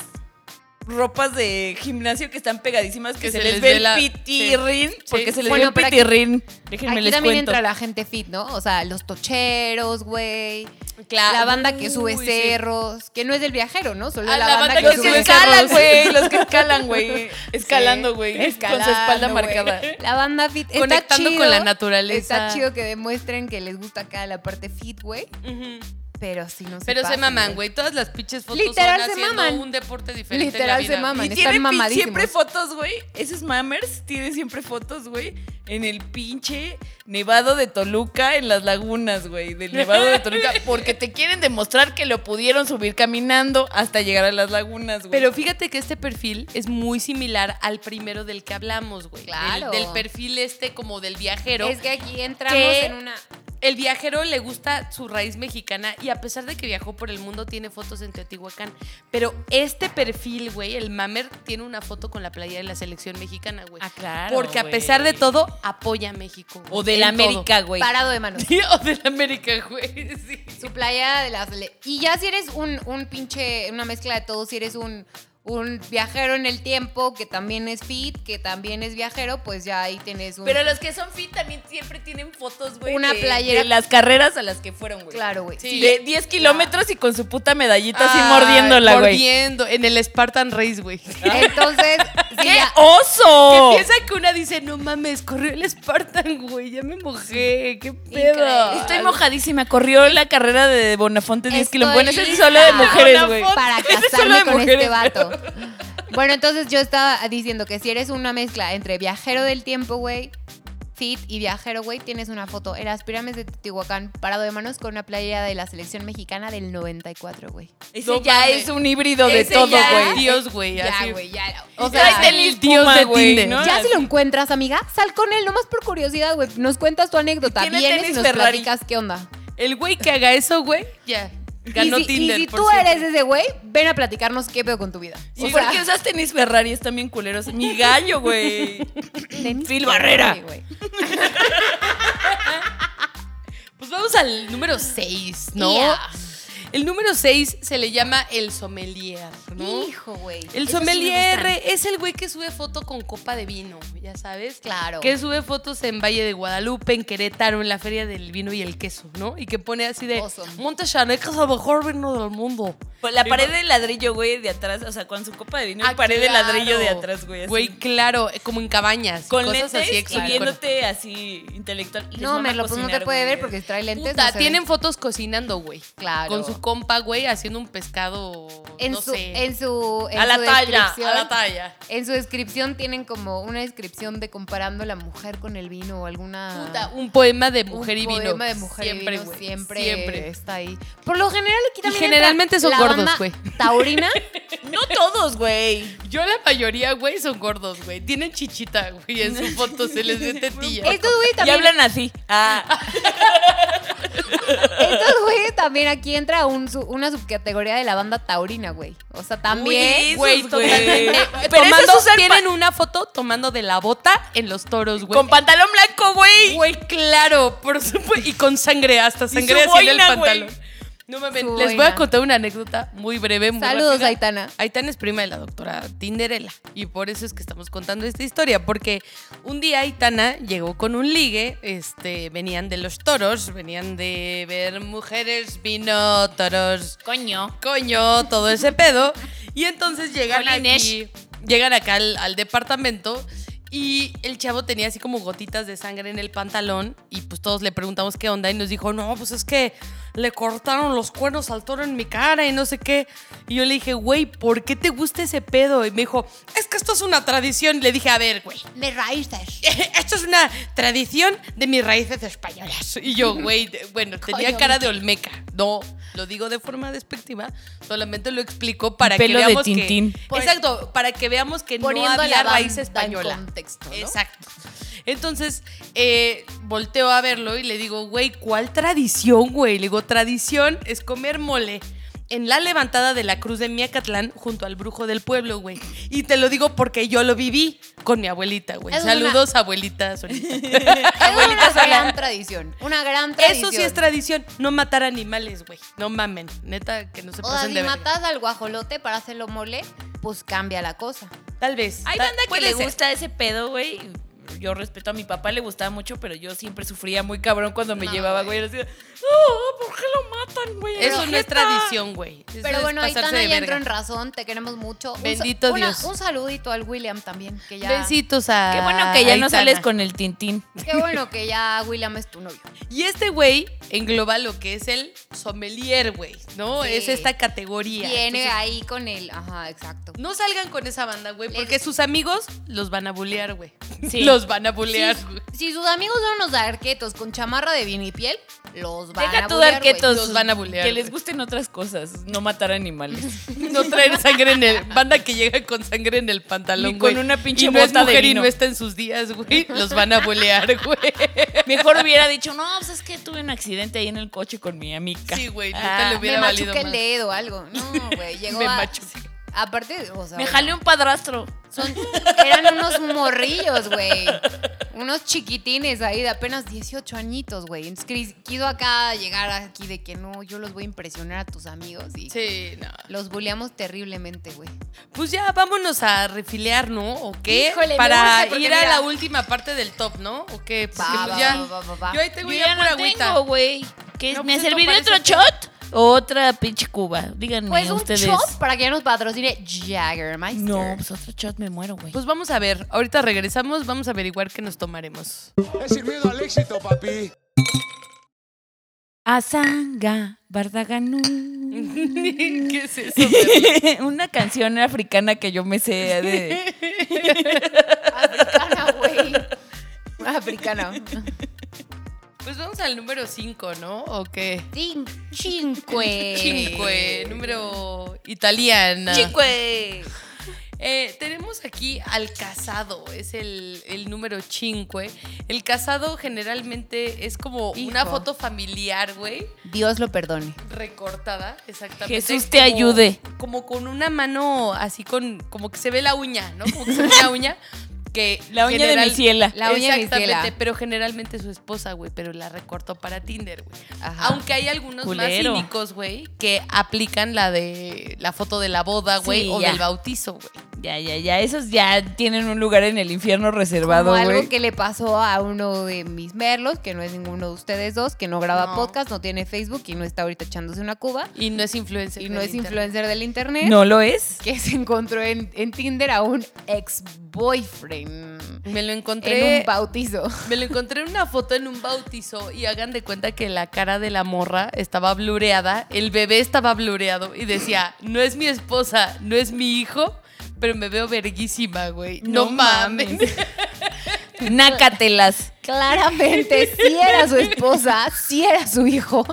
ropas de gimnasio que están pegadísimas, que, se, les, ve el la- pitirrín. sí, sí. Porque se les Bueno, ve pero el aquí- pitirrín. Déjenme Aquí les también cuento. entra la gente fit, ¿no? O sea, los tocheros, güey. Claro. La banda que sube Uy, sí. cerros, que no es del viajero, ¿no? Solo Ah, la, banda, Los que, que sube escalan, cerros. güey. Los que escalan, güey. Escalando, güey. Escalando, con su espalda güey. marcada. La banda fit. está Conectando con chido, la naturaleza. Está chido que demuestren que les gusta acá la parte fit, güey. Ujú. Pero sí, no se Pero se pasen, maman, güey. Todas las pinches fotos Literal, son se haciendo maman. un deporte diferente. en la Literal, vida, se maman. güey. Y están tiene pin- mamadísimos. siempre fotos, güey. Esos mammers tienen siempre fotos, güey. En el pinche nevado de Toluca, en las lagunas, güey. Del nevado de Toluca. Porque te quieren demostrar que lo pudieron subir caminando hasta llegar a las lagunas, güey. Pero fíjate que este perfil es muy similar al primero del que hablamos, güey. Del- Claro. Del, perfil este como del viajero. Es que aquí entramos ¿Qué? en una. El viajero le gusta su raíz mexicana y a pesar de que viajó por el mundo tiene fotos en Teotihuacán. Pero este perfil, güey, el mamer, tiene una foto con la playa de la selección mexicana, güey. Ah, claro, Porque a güey. pesar de todo, apoya a México. güey, O del en América, güey. Parado de manos. todo. Sí, o del América, güey. Sí. Su playa de las. le- Y ya si eres un, un pinche. Una mezcla de todo, si eres un. Un viajero en el tiempo que también es fit, que también es viajero, pues ya ahí tienes un. Pero los que son fit también siempre tienen fotos, güey. Una de- playera. De las carreras a las que fueron, güey. claro, güey. Sí. De 10 kilómetros y con su puta medallita así Ay, mordiéndola, güey. Mordiendo. En el Spartan Race, güey. Entonces, sí, ¡Qué Oh, ya- Que oso! piensa que una dice, no mames, corrió el Spartan, güey. Ya me mojé. Qué pedo. Increíble. Estoy mojadísima. Corrió la carrera de Bonafonte 10 Estoy kilómetros. Bueno, ese es lista. solo de mujeres, güey. para Ese es casarme solo de con este mujeres. vato. Bueno, entonces yo estaba diciendo que si eres una mezcla entre viajero del tiempo, güey, fit y viajero, güey, tienes una foto en las pirámides de Teotihuacán, parado de manos con una playera de la selección mexicana del 94, güey. Ese No ya mames. es un híbrido de Ese todo, ya es güey. Dios, güey. Ya, así. güey, ya. Y O sea, tráete el el dios Puma, de güey, Tinder. ¿no? ya si lo encuentras, amiga, sal con él, nomás por curiosidad, güey. Nos cuentas tu anécdota, Tiene vienes y tenis nos Ferrari. platicas qué onda. El güey que haga eso, güey, ya. Ganó y si, y Tinder. si por tú siempre. eres ese güey, ven a platicarnos qué pedo con tu vida. ¿Y por qué usas tenis Ferrari? Están bien culeros. Mi gallo, güey. Tenis Ferrari, Phil Barrera. güey. Pues vamos al número 6, ¿no? Yeah. El número 6 se le llama el sommelier, ¿no? Hijo, güey. El Esos sí me sommelier gustan. es el güey que sube foto con copa de vino, ya sabes. Claro. Que sube fotos en Valle de Guadalupe, en Querétaro, en la Feria del Vino y el Queso, ¿no? Y que pone así de Awesome. Monte Chaneca es el mejor vino del mundo. Pues La pared de ladrillo, güey, de atrás. O sea, con su copa de vino, Ah, la pared de claro. ladrillo de atrás, güey. así. Güey, claro, eh, como en cabañas. con cosas lentes así y exóticas. viéndote así intelectual. Les No, mama Merlo, pues no te cocinar, puede güey. ver porque trae lentes. Puta, no se tienen ve. fotos cocinando, güey. Claro. Con su compa, güey, haciendo un pescado. en no su, sé. en su, en A la su talla, descripción- a la talla. En su descripción tienen como una descripción de comparando la mujer con el vino o alguna. Puta, un poema de mujer un y vino. poema de mujer siempre, y vino güey, siempre, Siempre. está ahí. Por lo general aquí Y también entra generalmente son la gordos, banda güey. Taurina. No todos, güey. Yo la mayoría, güey, son gordos, güey. Tienen chichita, güey, en su foto se les ve tetilla. Estos güey Y también. hablan así. Ah, Estos güey también aquí entra un su- una subcategoría de la banda Taurina, güey. O sea, también. Uy, esos, Eh, güey. Pero eso Eh, Tomando, es usar tienen pa- una foto tomando de la bota en los toros, güey. con pantalón blanco, güey. Güey, claro, por supuesto. Y con sangre, hasta su sangre así en el boina, pantalón. güey. No mames, les Su voy a boina. contar una anécdota muy breve, muy Saludos, rápida. Aitana. Aitana es prima de la doctora Tinderella y por eso es que estamos contando esta historia, porque un día Aitana llegó con un ligue, este, venían de los toros, venían de ver mujeres, vino, toros, Coño. coño, todo ese pedo. Y entonces llegan Jolines. aquí, llegan acá al, al departamento y el chavo tenía así como gotitas de sangre en el pantalón y pues todos le preguntamos qué onda y nos dijo, no, pues es que le cortaron los cuernos al toro en mi cara y no sé qué. Y yo le dije, güey, ¿por qué te gusta ese pedo? Y me dijo, es que esto es una tradición. Le dije, a ver, güey, De raíces. esto es una tradición de mis raíces españolas. Y yo, güey, de- bueno, tenía Coño, cara de Olmeca. No, lo digo de forma despectiva, solamente lo explico para Pelo que de veamos Tintín. que exacto, para que veamos que no Poniendo a había la banda raíz en española. contexto, ¿no? Exacto. Entonces, eh, volteo a verlo y le digo, güey, ¿cuál tradición, güey? Le digo, tradición es comer mole en la levantada de la cruz de Miacatlán junto al brujo del pueblo, güey. Y te lo digo porque yo lo viví con mi abuelita, güey. Es una- Saludos, abuelita Solita. Es una gran tradición. Una gran tradición. Eso sí es tradición, no matar animales, güey. No mamen, neta, que no se O sea, pasen si de verga. matas al guajolote para hacerlo mole, pues cambia la cosa. Tal vez. Hay ta- banda que puede le ser. gusta ese pedo, güey. Yo respeto a mi papá, le gustaba mucho, pero yo siempre sufría muy cabrón cuando me No, llevaba, güey. güey. Yo decía, no, ¿por qué lo matan, güey? Eso no es Neta. tradición, güey. Eso Pero es bueno, pasarse Aitana de ya verga. entró en razón, te queremos mucho. Un sa- Bendito una- Dios. Un saludito al William también, que ya. Besitos a. Qué bueno que ya no Aitana. sales con el tintín. Qué bueno que ya William es tu novio. Y este güey engloba lo que es el sommelier, güey, ¿no? Sí. Es esta categoría. Viene Entonces, ahí con él. Ajá, exacto. No salgan con esa banda, güey, Les- porque sus amigos los van a bullear, güey. Sí. Los van a bullear, Si- güey. Si, sus amigos son unos arquetos con chamarra de vino y piel, los van Deja a tú bullear, dar güey. quietos. Los van a bulear, Que güey. les gusten otras cosas, no matar animales. No traer sangre en el. Banda que llega con sangre en el pantalón, Ni güey. con una pinche y no es bota de mujer y vino. no está en sus días, güey. Los van a bullear, güey. Mejor hubiera dicho, no, pues es que tuve un accidente ahí en el coche con mi amiga. Sí, güey, neta Ah, le Me hubiera valido machuqué más. el dedo o algo. No, güey. Llegó Me a- machuqué. Aparte, o sea. Me bueno, jalé un padrastro. son- eran unos morrillos, güey. Unos chiquitines ahí de apenas 18 añitos, güey. Entonces, Cris quiso acá llegar aquí de que no, yo los voy a impresionar a tus amigos y Sí, no. los bulleamos terriblemente, güey. Pues ya vámonos a refilear, ¿no? ¿O qué? Híjole, me Para urge, porque ir a mira. la última parte del top, ¿no? ¿O qué? Porque Va, pues va, ya. va, va, va, va. Yo ahí tengo Yo ya, ya pura no agüita. tengo, güey. ¿Qué? No, ¿Me pues, esto serviré otro parece- shot? ¿O otra pinche cuba? Díganme Pues un ustedes. shot para que ya nos patrocine Jaggermeister. No, pues otro shot me muero, güey. Pues vamos a ver. Ahorita regresamos, vamos a averiguar qué nos tomaremos. Es el miedo al éxito, papi. Azanga, Bardaganú. ¿Qué es eso? Merla? Una canción africana que yo me sé de. Africana, güey. Africana. Pues vamos al número 5, ¿no? ¿O qué? Cin- Eh, Cinque. Cinque, número italiana. Chique. Eh, tenemos aquí al casado, es el, el número 5. El casado generalmente es como Hijo. una foto familiar, güey, Dios lo perdone. recortada, exactamente. Jesús te ayude. Como con una mano así con, como que se ve la uña, ¿no? Como que se ve la uña. Que La uña de mi ciela. La uña de mi Exactamente, ciela. pero generalmente su esposa, güey, pero la recortó para Tinder, güey. Ajá. Aunque hay algunos Culero. más cínicos, güey, que aplican la de la foto de la boda, güey, Sí, o ya. del bautizo, güey. Ya, ya, ya. Esos ya tienen un lugar en el infierno reservado, Como algo güey. que le pasó a uno de mis merlos, que no es ninguno de ustedes dos, que no graba No. podcast, no tiene Facebook y no está ahorita echándose una cuba Y no es influencer. y del no es internet. influencer del internet, ¿No lo es? que se encontró en, en Tinder a un ex boyfriend Me lo en encontré. un bautizo. me lo encontré en una foto en un bautizo y hagan de cuenta que la cara de la morra estaba blureada, el bebé estaba blureado y decía, no es mi esposa, no es mi hijo, pero me veo verguísima, güey. No, No mames. Nácatelas. Claramente, si era su esposa, si era su hijo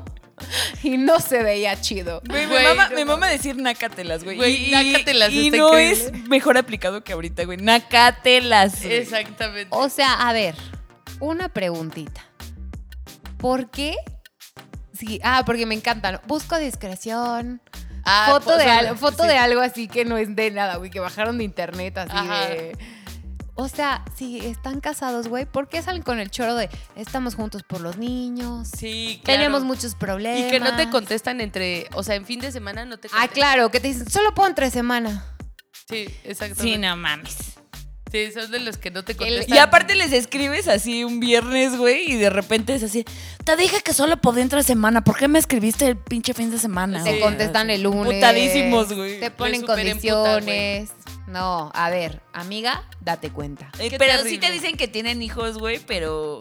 y no se veía chido. Güey, Güey, me mama, no me mama decir nácatelas, güey. Güey, nácatelas, y está no increíble. es mejor aplicado que ahorita, güey. Nácatelas. güey. Exactamente. O sea, a ver, una preguntita. ¿Por qué? Sí, ah, porque me encantan. Busco discreción. Ah, foto pues, de, ah, al- foto sí. de algo así que no es de nada, güey, que bajaron de internet así Ajá. de- O sea, si están casados, güey, ¿por qué salen con el choro de estamos juntos por los niños? Sí, claro. Tenemos muchos problemas. Y que no te contestan entre, o sea, en fin de semana no te Ah, contestan. claro, que te dicen, solo puedo entre semana. Sí, exactamente. Sí, no mames. Sí, son de los que no te El- contestan. y aparte les escribes así un viernes, güey, y de repente es así, te dije que solo podía entrar semana, ¿por qué me escribiste el pinche fin de semana? Te Sí. contestan el lunes. Putadísimos, güey. Te Los ponen superemputan, güey. condiciones. No, a ver, amiga, date cuenta. Eh, Qué pero sí terrible. te dicen que tienen hijos, güey, pero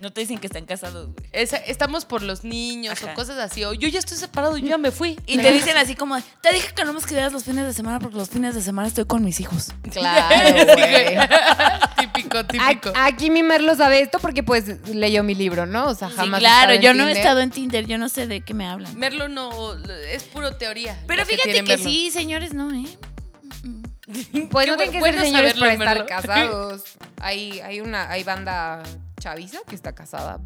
no te dicen que están casados, güey. Esa- estamos por los niños Ajá. o cosas así. O yo ya estoy separado, yo ya me fui. Y te dicen así como, te dije que no me escribieras los fines de semana porque los fines de semana estoy con mis hijos. Claro, güey. típico, típico. Ac- ah. Aquí mi Merlo sabe esto porque pues leyó mi libro, ¿no? O sea, jamás. claro, he en yo no he Tinder. estado en Tinder, yo no sé de qué me hablan. Merlo no, es puro teoría. Pero lo fíjate que, tiene Merlo. sí, señores, no, ¿eh? Mm, mm. Pues Qué no bueno- tienen que bueno ser señores saberlo, para estar Merlo. casados. Hay, hay una, hay banda chaviza que está casada.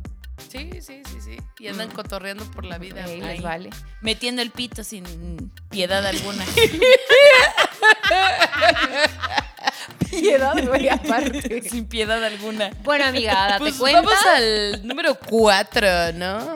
Sí, sí, sí, sí. Y andan cotorreando por la vida. Ey, güey. les vale. Metiendo el pito sin piedad alguna. Piedad, güey, aparte. sin piedad alguna. Bueno, amiga, date Pues cuenta. vamos al número 4, ¿no?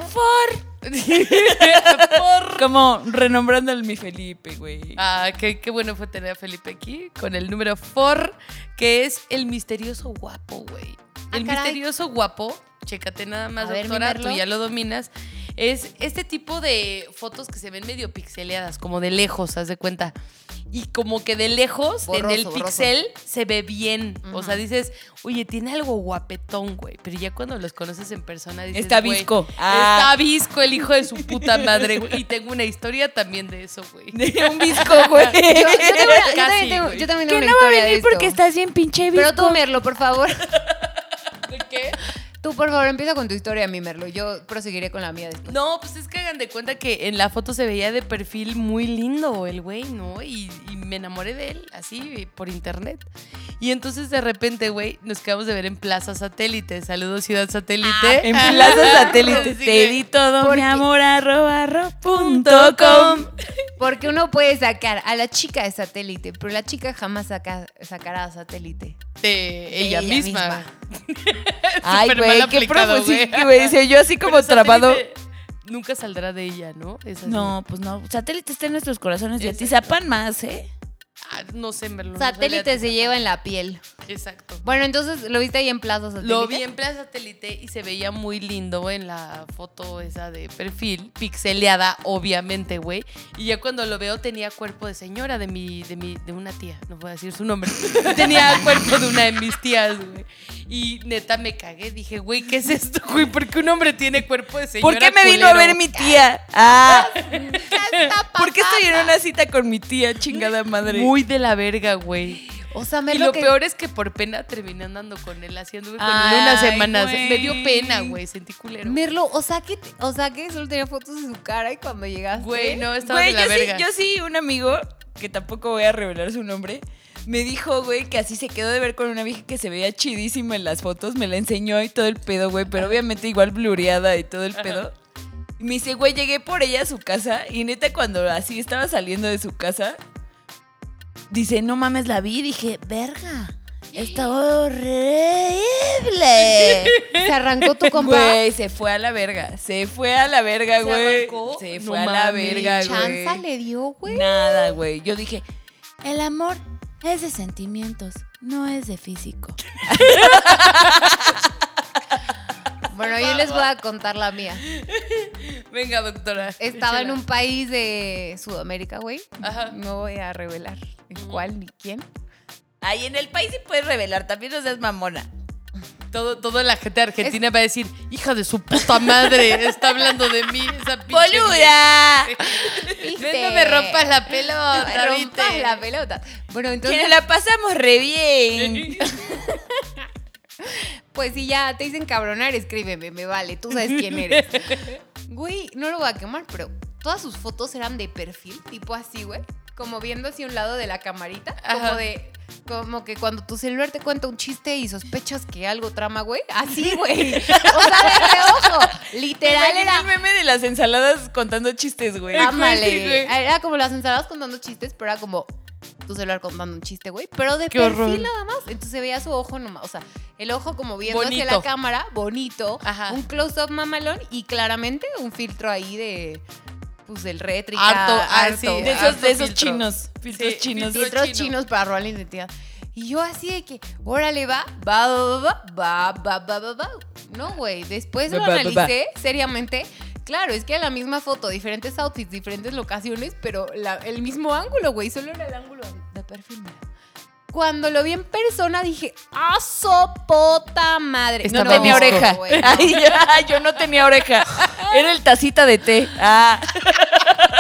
Como renombrando al mi Felipe, güey. Ah, qué, qué bueno fue tener a Felipe aquí con el número 4, que es el misterioso guapo, güey. Ah, el caray. misterioso guapo, chécate nada más, A ver, mi doctora, tú Merlo. ya lo dominas. Es este tipo de fotos que se ven medio pixeleadas, como de lejos, haz de cuenta. Y como que de lejos, Borroso, en el borroso. pixel, se ve bien. O sea, Ujú. dices, oye, tiene algo guapetón, güey. Pero ya cuando los conoces en persona, dices, Está "Güey, visco. Está Ah. visco el hijo de su puta madre, güey. Y tengo una historia también de eso, güey. Un bizco, güey. Yo, yo tengo una- yo Casi, también tengo, güey. yo también tengo una que no va a historia de venir porque esto. estás bien pinche bizco. Pero tú, Merlo, por favor. ¿De qué? Tú, por favor, empieza con tu historia, mi Merlo. Yo proseguiré con la mía después. No, pues es que hagan de cuenta que en la foto se veía de perfil muy lindo el güey, ¿no? Y, y me enamoré de él, así, por internet. Y entonces de repente, güey, nos quedamos de ver en Plaza Satélite. Saludos, Ciudad Satélite. Ah, en Plaza Satélite. Así Te que- di todo, ¿Por mi qué? amor, arroba, arroba, punto Punto com. com. Porque uno puede sacar a la chica de satélite, pero la chica jamás saca- sacará a satélite. De ella, ella misma. misma. Ay, Súper güey, mal qué aplicado, profuso. güey. pues güey. Dice, yo así como Pero trabado. Satélite Nunca saldrá de ella, ¿no? Es así. No, pues no. Satélite está en nuestros corazones y a ti zapan más, ¿eh? Ah, no sé, en verdad. satélite se lleva en la piel. Exacto. Bueno, entonces lo viste ahí en Plaza Satélite. Lo vi en Plaza Satélite y se veía muy lindo en la foto esa de perfil, pixeleada, obviamente, güey. Y ya cuando lo veo tenía cuerpo de señora de mi, de mi, de una tía, no voy a decir su nombre. tenía cuerpo de una de mis tías, güey. Y neta me cagué, dije, güey, ¿qué es esto, güey? ¿Por qué un hombre tiene cuerpo de señora? ¿Por qué me vino a culero? ver mi tía? Ah, ¿Qué está ¿por qué estoy en pasando? una cita con mi tía, chingada madre? Muy de la verga, güey. O sea, me Y lo, lo que- peor es que por pena terminé andando con él, haciendo con él Ay, unas semanas. güey. Me dio pena, güey, sentí culero. Merlo, o sea que, o sea que solo tenía fotos de su cara y cuando llegaste. Güey, no, estaba ¿Eh? de la Güey, yo sí, verga. yo sí, un amigo, que tampoco voy a revelar su nombre, me dijo, güey, que así se quedó de ver con una vieja que se veía chidísima en las fotos, me la enseñó y todo el pedo, güey, pero obviamente igual blureada y todo el pedo. Y me dice, güey, llegué por ella a su casa y neta cuando así estaba saliendo de su casa, dice, no mames, la vi, dije, verga, está horrible. Se arrancó tu compa. Güey, se fue a la verga, se fue a la verga, ¿Se güey. arrancó? Se No fue a la mames. verga, güey. Chanza le dio, güey. Nada, güey. Yo dije, el amor es de sentimientos, no es de físico. Bueno, yo les voy a contar la mía. Venga, doctora. Estaba en échala. un país de Sudamérica, güey. Ajá. No voy a revelar en cuál ni quién. Ay, en el país sí puedes revelar, también no seas mamona. Todo, toda la gente argentina va a decir, hija de su puta madre, está hablando de mí, esa pinche vieja. ¡Boluda! ¿Viste? No me rompas la No pelota, me ¿viste? rompas la pelota. Bueno, entonces, Que la pasamos re bien. pues si ya te dicen cabronar, escríbeme, me vale, tú sabes quién eres. Güey, no lo voy a quemar, pero todas sus fotos eran de perfil, tipo así, güey. Como viendo hacia un lado de la camarita, Ajá. como de. Como que cuando tu celular te cuenta un chiste y sospechas que algo trama, güey. Así, güey. O sea, de reojo. Literal Literal era. el meme de las ensaladas contando chistes, güey. Sí, Ámale. güey. Ah, Era como las ensaladas contando chistes, pero era como tu celular contando un chiste, güey. Pero de Qué perfil horror. nada más. Entonces se veía su ojo nomás. O sea, el ojo como viendo hacia Bonito. la cámara, bonito. Ajá. Un close-up mamalón y claramente un filtro ahí de. Pues del retri. Harto, ah, sí, harto. De harto esos, de esos Filtro. chinos. Filtros Sí, chinos. filtro filtros chino. chinos para robar la identidad. Y yo así de que, órale, va, va, va, va, va, va, va, va, va. No, güey, después Va, lo va, va, va. analicé seriamente. Claro, es que era la misma foto, diferentes outfits, diferentes locaciones, pero la- el mismo ángulo, güey, solo era el ángulo de perfil. mira. Cuando lo vi en persona dije, ¡ah, sopota madre! Estaba No tenía visco. oreja. güey, no. Ay, ya, yo no tenía oreja. Era el tacita de té. Ah.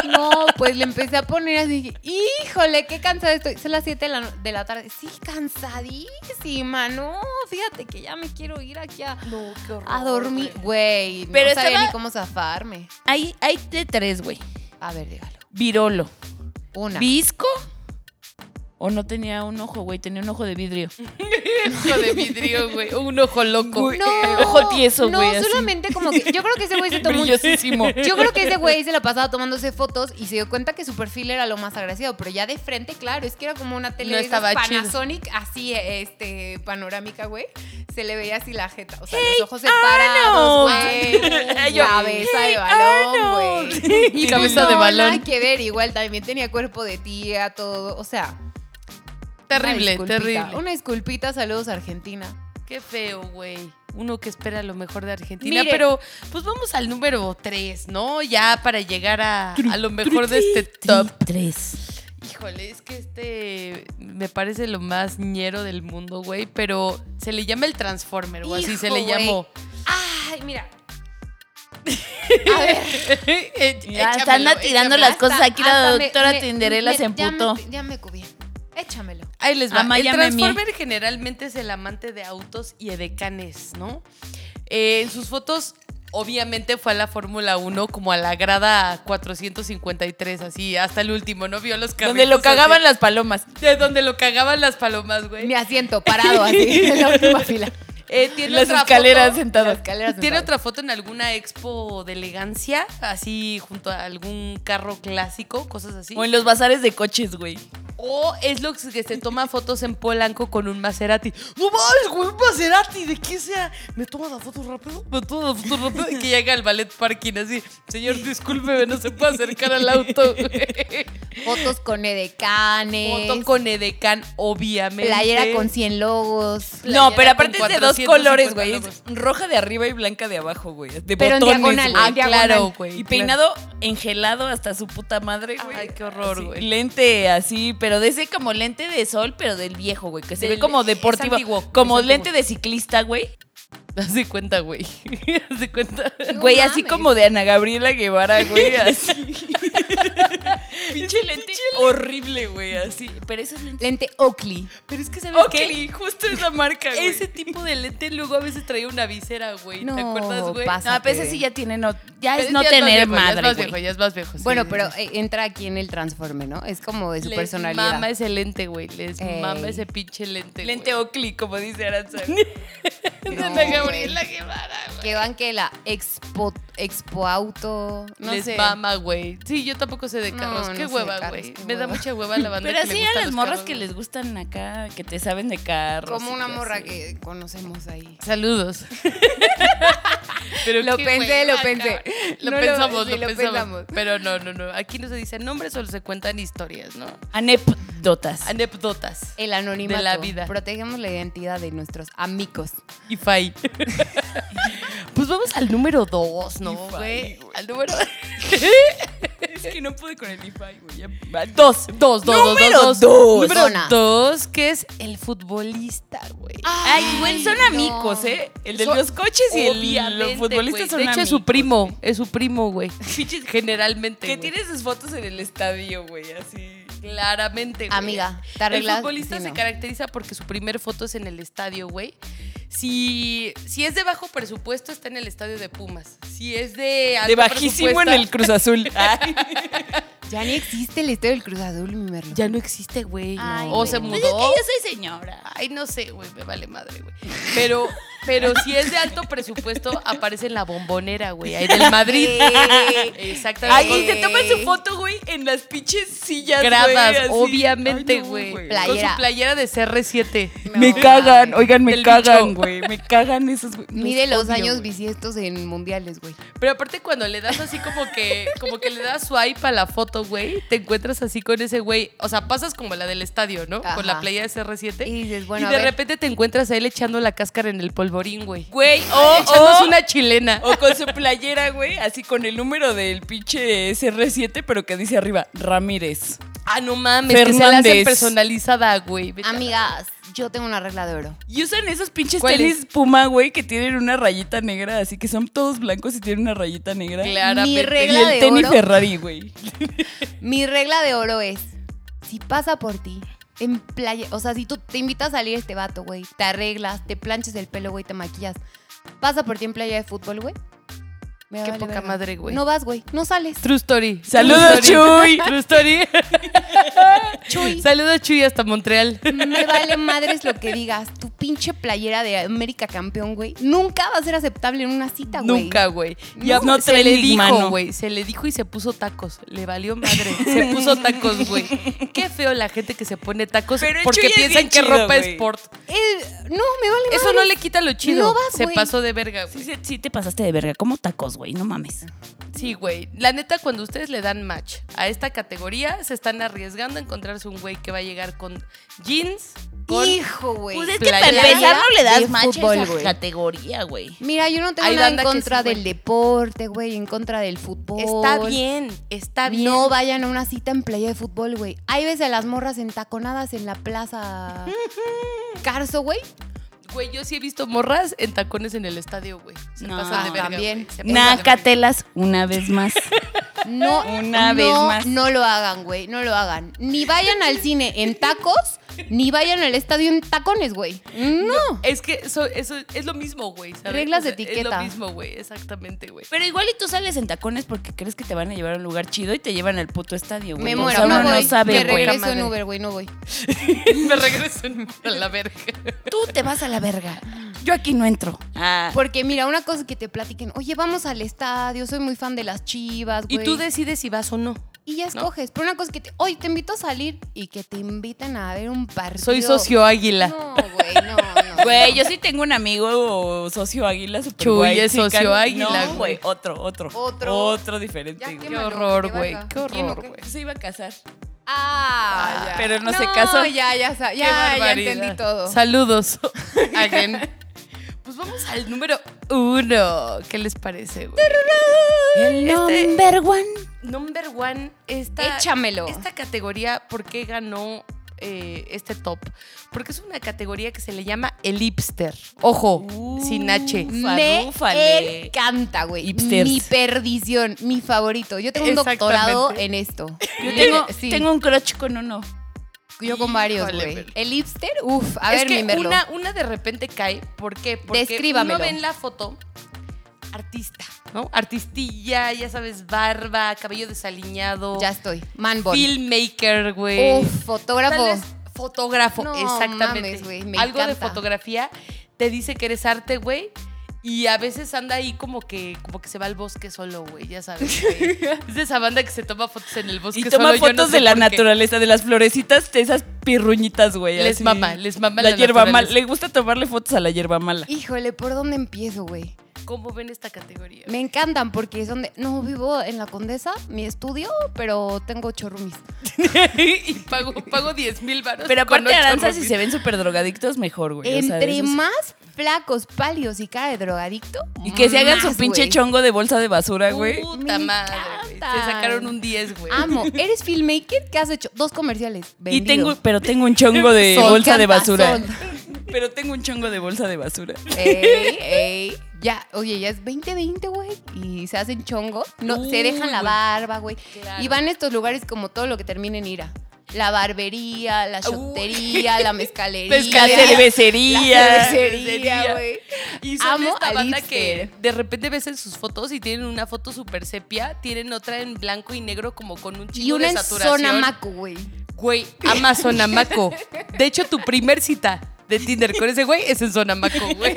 No, pues le empecé a poner así. dije, Híjole, qué cansada estoy. Son las 7 de la, no- de la tarde. Sí, cansadísima. No, fíjate que ya me quiero ir aquí a, a dormir. Güey, no Pero sabía estaba- ni cómo zafarme. Hay, hay de tres, güey. A ver, dígalo. Virolo. Una. ¿Visco? O no tenía un ojo, güey, tenía un ojo de vidrio. Ojo de vidrio, güey. Un ojo loco. No, ojo tieso, güey, eh, No, así. solamente como que. Yo creo que ese güey se tomó un- Brillosísimo. Yo creo que ese güey se la pasaba tomándose fotos y se dio cuenta que su perfil era lo más agraciado, pero ya de frente, claro, es que era como una tele No de esas estaba chido. Panasonic, así este panorámica, güey. Se le veía así la jeta, o sea, los ojos separados, Ay, güey. yo, cabeza "Hey, de balón, Arnold". güey. Y pues Cabeza no, de balón. Nada que ver, igual también tenía cuerpo de tía, todo, o sea, una terrible, disculpita, terrible. Una disculpita, saludos Argentina. Qué feo, güey. Uno que espera lo mejor de Argentina. Mire. Pero pues vamos al número 3, ¿no? Ya para llegar a, a lo mejor de este top. Tres. Híjole, es que este me parece lo más ñero del mundo, güey. Pero se le llama el Transformer, o así se Hijo, le güey. llamó. Ay, mira. A ver. Ya hasta anda échamelo. tirando las cosas aquí, la Hasta me- doctora me- Tinderela me- se emputó. Ya me, ya me cubié. Échamelo. Ahí les va. Ama, el llame Ah, a mí. Transformer generalmente es el amante de autos y edecanes, ¿no? Eh, en sus fotos, obviamente fue a la Fórmula 1 como a la grada 453, así hasta el último, ¿no? Vio los carros. Donde lo cagaban las palomas. De donde lo cagaban las palomas, güey. Mi asiento parado así en la última fila. Eh, tiene Las otra escaleras foto- sentadas. Escaleras Tiene sentadas. otra foto en alguna expo de elegancia, así junto a algún carro clásico, cosas así. O en los bazares de coches, güey. O es lo que se toma fotos en Polanco con un Maserati. No mames, güey, un Maserati, ¿de qué sea? Me toma la foto rápido, me toma la foto rápido. Y que llega al ballet parking así. Señor, discúlpeme, no se puede acercar al auto. güey. Fotos con edecanes. Foto con Edecan, obviamente. Playera con 100 logos. No, pero con aparte es de dos colores, güey. 450 Es Roja de arriba y blanca de abajo, güey. De Pero en botones, diagonal, güey. en diagonal. claro, güey, Y claro. peinado engelado hasta su puta madre, güey. Ay, qué horror, Así, güey. Lente así, pero de ese como lente de sol, pero del viejo, güey. Que se Del- ve como es deportivo. antiguo, como es antiguo. lente de ciclista, güey. Hace cuenta, güey. Hace cuenta. No Güey, así mames. como de Ana Gabriela Guevara, güey. Así. pinche lente horrible, güey. Así. Pero eso es lente. Lente Oakley. Pero es que, ¿sabes Ok, qué? justo esa marca, güey. Ese tipo de lente luego a veces traía una visera, güey. No, ¿Te acuerdas, güey? pasa. No, pero ese sí ya tiene no, ya Pero es no ya tener más viejo, madre, Ya es más güey. viejo, ya es más viejo. sí, Bueno, sí, pero sí. eh, entra aquí en el transforme, ¿no? Es como de su Les personalidad. Eh. mama ese lente, güey. Les Ey. mama ese pinche lente, güey. Lente Oakley, como dice Aranza. De No, Ana güey. Gabriela Guevara, güey. Que van que la expo, expo auto. No les sé. mama, güey. Sí, yo tampoco sé de No, carros. no qué sé de hueva, carros, güey. qué Me da hueva. mucha hueva la banda Pero que le así gustan a las los morras carros, que güey. les gustan acá, que te saben de carros. Como y una que morra así. que conocemos ahí. Saludos. Pero Lo qué pensé, hueva, lo pensé. cabrón. Lo No lo- pensamos, sí, lo, lo pensamos. pensamos. Pero no, no, no. Aquí no se dicen nombres, solo se cuentan historias, ¿no? Anécdotas. Anécdotas. El anonimato. De la vida. Protegemos la identidad de nuestros amigos. Y Fai. pues vamos al número dos, ¿no, güey? Al número Es que no pude con el IFI, güey. dos. Dos, dos, dos, Número dos, dos. Número Zona. dos, que es el futbolista, güey. Ay, güey, son no. amigos, ¿eh? El de Son- los coches y el Obviamente, los futbolistas güey. son De hecho, es su amigos, primo. güey. Es su primo, güey. Generalmente. Que güey. tiene sus fotos en el estadio, güey, así. Claramente, güey. Amiga, te El arreglas, futbolista sí, se no. caracteriza porque su primer foto es en el estadio, güey. Si, si es de bajo presupuesto, está en el estadio de Pumas. Si es de alto De bajísimo en presupuesto- el Cruz Azul. Ay. Ya ni existe el estadio del Cruz Azul, mi Merlo. Ya no existe, güey. Ay, o güey. se Pues mudó. es que yo soy señora. Ay, no sé, güey, me vale madre, güey. Pero, pero si es de alto presupuesto, aparece en la bombonera, güey. Ahí del Madrid. Exactamente. Ay, Con- y se toman su foto, güey, en las pinches sillas, güey, gradas, así. Ay, obviamente, no, güey. Con Playera. su playera de CR7. No, me cagan, mames. oigan, me Del cagan, bicho. güey. Me cagan esos, güey. Mide los odio, años güey. bisiestos en mundiales, güey. Pero aparte cuando le das así como que como que le das swipe a la foto, güey, te encuentras así con ese güey, o sea, pasas como la del estadio, ¿no? Ajá. Con la playera de CR7 Y y, dices, bueno, a de ver. repente te encuentras a él echando la cáscara en el polvorín, güey. Güey, o, Echándose o, una chilena. Oh, o con su playera, güey, así con el número del pinche SR7, pero que dice arriba, Ramírez. Ah, no mames, que se la hacen Fernández. personalizada, güey. Vete a la- Amigas, yo tengo una regla de oro. Y usan esos pinches ¿Cuál tenis es? Puma, güey, que tienen una rayita negra, así que son todos blancos y tienen una rayita negra. Claramente. Mi Y regla el de tenis oro. Ferrari, güey. Mi regla de oro es: si pasa por ti, en playa. O sea, si tú te invitas a salir este vato, güey, te arreglas, te planches el pelo, güey, te maquillas. Pasa por ti en playa de fútbol, güey. me Qué vale poca verga. madre, güey. No vas, güey. No sales. True story. Saludos, True story. True story. Chuy. Saludos, Chuy, hasta Montreal. Me vale madres lo que digas. Tu pinche playera de América campeón, güey. Nunca va a ser aceptable en una cita, güey. Nunca, güey. No. Y a- No se le trending, dijo, mano. güey. Se le dijo y se puso tacos. Le valió madre. Se puso tacos, güey. Qué feo la gente que se pone tacos Pero el porque Chuy es piensan bien que chido, ropa es güey. sport. Eh, no, me vale Eso no le quita lo chido. No vas, se güey. pasó de verga, güey. Sí, sí te pasaste de verga, como tacos, güey, no mames. Sí, güey. La neta, cuando ustedes le dan match a esta categoría, se están arriesgando a encontrarse un güey que va a llegar con jeans, con... Hijo, güey. Pues es que para Playera empezar no le de fútbol, güey. categoría, güey. Mira, yo no tengo Hay nada en banda que contra sí, güey. del deporte, güey, en contra del fútbol. Está bien, está bien. No vayan a una cita en playa de fútbol, güey. Ahí ves a las morras entaconadas en la plaza Carso, güey. Güey, yo sí he visto morras en tacones en el estadio, güey. Se No, pasan de verga. también. güey. Se pasan de verga. Nácatelas una vez más. No, no, Una vez más. no lo hagan, güey, no lo hagan. Ni vayan al cine en tacos, ni vayan al estadio en tacones, güey. No. Es que eso, eso es lo mismo, güey. ¿sabes? Reglas de Es lo etiqueta. mismo, güey. Exactamente, güey. Pero igual y tú sales en tacones porque crees que te van a llevar a un lugar chido y te llevan al puto estadio, güey. Me O muero, sea, no uno voy. no sabe, me güey. regreso Madre. en Uber, güey, no voy. Me regreso en- a la verga. Tú te vas a la verga. Yo aquí no entro. Porque mira, una cosa es que te platiquen, oye, vamos al estadio, soy muy fan de las chivas, güey. Y tú decides si vas o no. Y ya ¿no? escoges. Pero una cosa es que te, oye, te invito a salir y que te invitan a ver un partido. Soy socio águila. No, güey, no, no. Güey, yo sí tengo un amigo o socio águila super Chuy guay, es socio chican. águila, No, güey. güey, otro, otro. Otro. Otro diferente, Ya, güey. Qué Quémalo, horror, que te güey. valga. Qué ¿Quién o horror, qué? güey. Se iba a casar. Ah, ya. Pero no se casó. Ya, ya, sa- Qué ya, ya barbaridad. entendí todo. Saludos. Again. Pues vamos al número uno. ¿Qué les parece, güey? El Este- number one. Number one, esta, Échamelo. esta categoría, ¿por qué ganó eh, este top? Porque es una categoría que se le llama el hipster. Ojo, Uh. sin H. Me Farúfale. encanta, güey. Hipsters. Mi perdición, mi favorito. Yo tengo un doctorado Exactamente. en esto. Yo tengo, Sí, tengo un crotch con uno. yo con varios, Híjole, güey. Merlo. El hipster, uff, a ver, es que mi Merlo. una, una de repente cae. ¿Por qué? Porque uno Descríbamelo. ve en la foto artista, ¿no? Artistilla, ya sabes, barba, cabello desaliñado. Ya estoy. Man bun. filmmaker, güey. Uf, fotógrafo. Tal vez fotógrafo, No exactamente. mames, güey, me Algo de encanta. fotografía te dice que eres arte, güey. Y a veces anda ahí como que, como que se va al bosque solo, güey, ya sabes. güey. es de esa banda que se toma fotos en el bosque Y toma solo, yo no fotos sé de la por qué. naturaleza, de las florecitas, de esas pirruñitas, güey. Les así. mama, les mama La, la hierba mala. naturaleza. pues Le gusta tomarle fotos a la hierba mala. Híjole, ¿por dónde empiezo, güey? ¿Cómo ven esta categoría? Me encantan porque son de. No, vivo en la Condesa, mi estudio, pero tengo ocho roomies. y pago, pago 10 mil baros. Pero aparte, Aranza, si se ven súper drogadictos, mejor, güey. o sea, Entre esos- más flacos, pálidos y cara de drogadicto. Y que se hagan su más, pinche güey. chongo de bolsa de basura, güey. Puta Me madre, güey. Se encantan. sacaron un 10, güey. Amo. ¿Eres filmmaker? ¿Qué has hecho? Dos comerciales. Y vendidos. tengo, pero tengo un chongo de Sol, bolsa de canta, basura. sol. Pero tengo un chongo de bolsa de basura. Ey, ey. Ya, oye, ya es 2020, güey. Y se hacen chongo. No, Uy, se dejan la güey. barba, güey. Claro. Y van a estos lugares como todo lo que termina en ira. La barbería, la Uy. shotería, la mezcalería. La La cervecería. cervecería, güey. Y son Amo esta al banda hipster. que de repente ves en sus fotos y tienen una foto súper sepia, tienen otra en blanco y negro como con un chingo Y una de en saturación. zona maco, güey. Güey, ama Sonamaco. De hecho, tu primer cita de Tinder con ese güey es en Sonamaco, güey.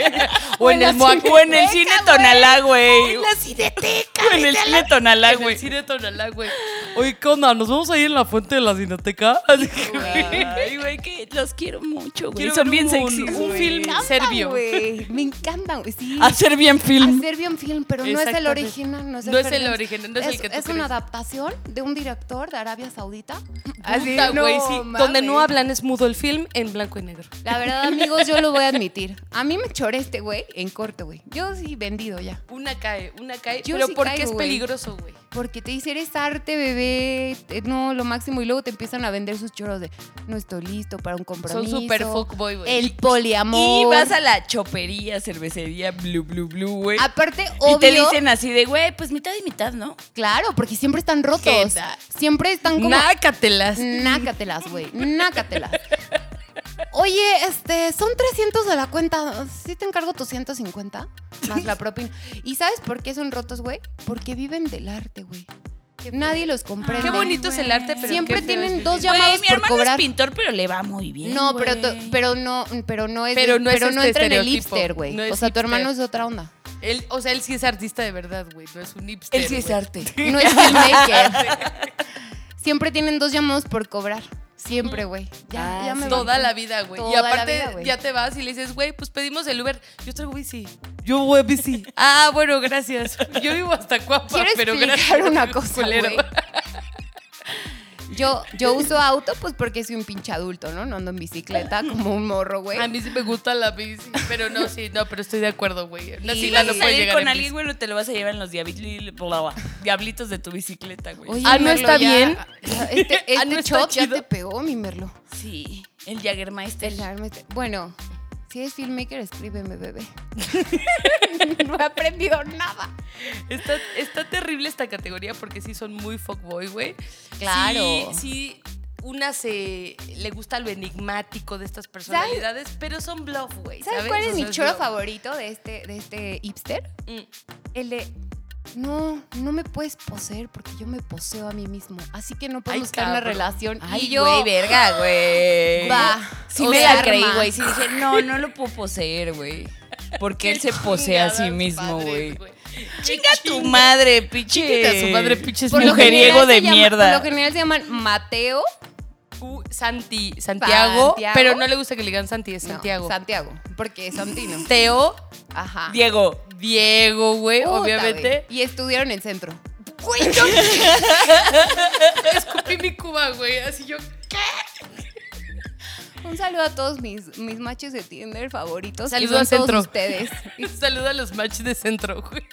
O en el Moac. O en el cine Tonalá, güey. la cineteca. O en el cine Tonalá, En el güey. cine Tonalá, güey. Oye, ¿qué onda? ¿Nos vamos a ir en la fuente de la cineteca? Así que, güey, Ay, güey, que los quiero mucho, güey. quiero Son ver bien un- sexys. Un güey. film Me encantan, serbio. güey. Me encantan, güey. Sí. Hacer bien film. Hacer bien film, pero no es el Exactamente. original. No es el, No es el Ferdinand. original, no es el que tú Es una crees. adaptación de un director de Arabia Saudita. Puta, güey, Ah, sí. mames. Donde no hablan es mudo el film en blanco y negro. La verdad, amigos, yo lo voy a admitir. A mí me choré este güey en corto, güey. Yo sí vendido ya. Una cae, una cae. Yo pero sí porque caigo, es güey. peligroso, güey. Porque te dice, eres arte, bebé, eh, no, lo máximo. Y luego te empiezan a vender sus choros de, no estoy listo para un Son compromiso. súper fuckboy, güey. El poliamor. Y vas a la chopería, cervecería, blue, blue, blue, güey. Aparte, obvio. Y te dicen así de, güey, pues mitad y mitad, ¿no? Claro, porque siempre están rotos. tal? Siempre están como... Nácatelas. Nácatelas, güey. Nácatelas. Oye, este, son 300 de la cuenta. Sí te encargo tus 150 más la propina. ¿Y sabes por qué son rotos, güey? Porque viven del arte, güey. Nadie los comprende. Qué bonito es el arte, pero Siempre qué feo es tienen vivir. dos Güey, llamados mi por hermano es cobrar. pintor, pero le va muy bien. no, pero, güey. to- pero no, pero no es, Pero no es este entra en el estereotipo. hipster, güey. No es o sea, tu hipster. hermano es otra onda. Él, o sea, él sí es artista de verdad, güey. No es un hipster. Él sí es güey. arte. No es filmmaker. Siempre tienen dos llamados por cobrar. Siempre, güey. Ya, Ah, ya me sí. voy. Toda la vida, güey. Y Toda la aparte, vida, güey. ya te vas y le dices, güey, pues pedimos el Uber. Yo traigo bici. Yo voy a bici. ah, bueno, gracias. Yo vivo hasta Cuapa, Quiero pero explicar gracias. una cosa, culero. güey. Yo, yo uso auto, pues porque soy un pinche adulto, ¿no? No ando en bicicleta como un morro, güey. A mí sí me gusta la bici, pero no, sí, no, pero estoy de acuerdo, güey. La Y sí, Vas no a puede salir llegar con en bici. alguien, güey, te lo vas a llevar en los diabli- bla, bla, diablitos de tu bicicleta, güey. Oye, Ah, ¿no está ya- bien? ya- Este, este Ah, ¿no está shot ya chido? Este te pegó, mi Merlo. Sí, el Jaggermeister. El darme te- Bueno, si eres filmmaker, escríbeme, bebé. no he aprendido nada. Está, está terrible esta categoría porque sí son muy fuckboy, güey. Claro. Sí, sí, una se le gusta lo enigmático de estas personalidades, pero son bluff, güey. ¿Sabes ¿Sabes cuál es O sea, mi choro bluff. favorito de este, de este hipster? Mm. El de. No, no me puedes poseer porque yo me poseo a mí mismo. Así que no podemos estar en una cabrón. relación. Ay, y yo. güey, verga, güey. Va. Sí O me sea, la creí, arma. güey. Sí dije, no, no lo puedo poseer, güey. Porque él se posee a sí Chingadas mismo, padres, güey. Chinga tu madre, pinche. Quita a su madre, pinches Por lo mujeriego mujeriego general de se llama- por mierda. lo general se llaman Mateo. Uh, Santi, Santiago, Santiago. pero no le gusta que le digan Santi, es no, Santiago. Santiago, porque es Santino. Teo, Ajá. Diego. Diego, güey, Puta, obviamente. güey. Y estudiaron en centro. Escupí mi cuba, drama, güey. Así yo, ¿qué? Un saludo a todos mis, mis machos de Tinder favoritos. Saludo que son a Centro. todos ustedes. Saluda a los matches de centro, güey.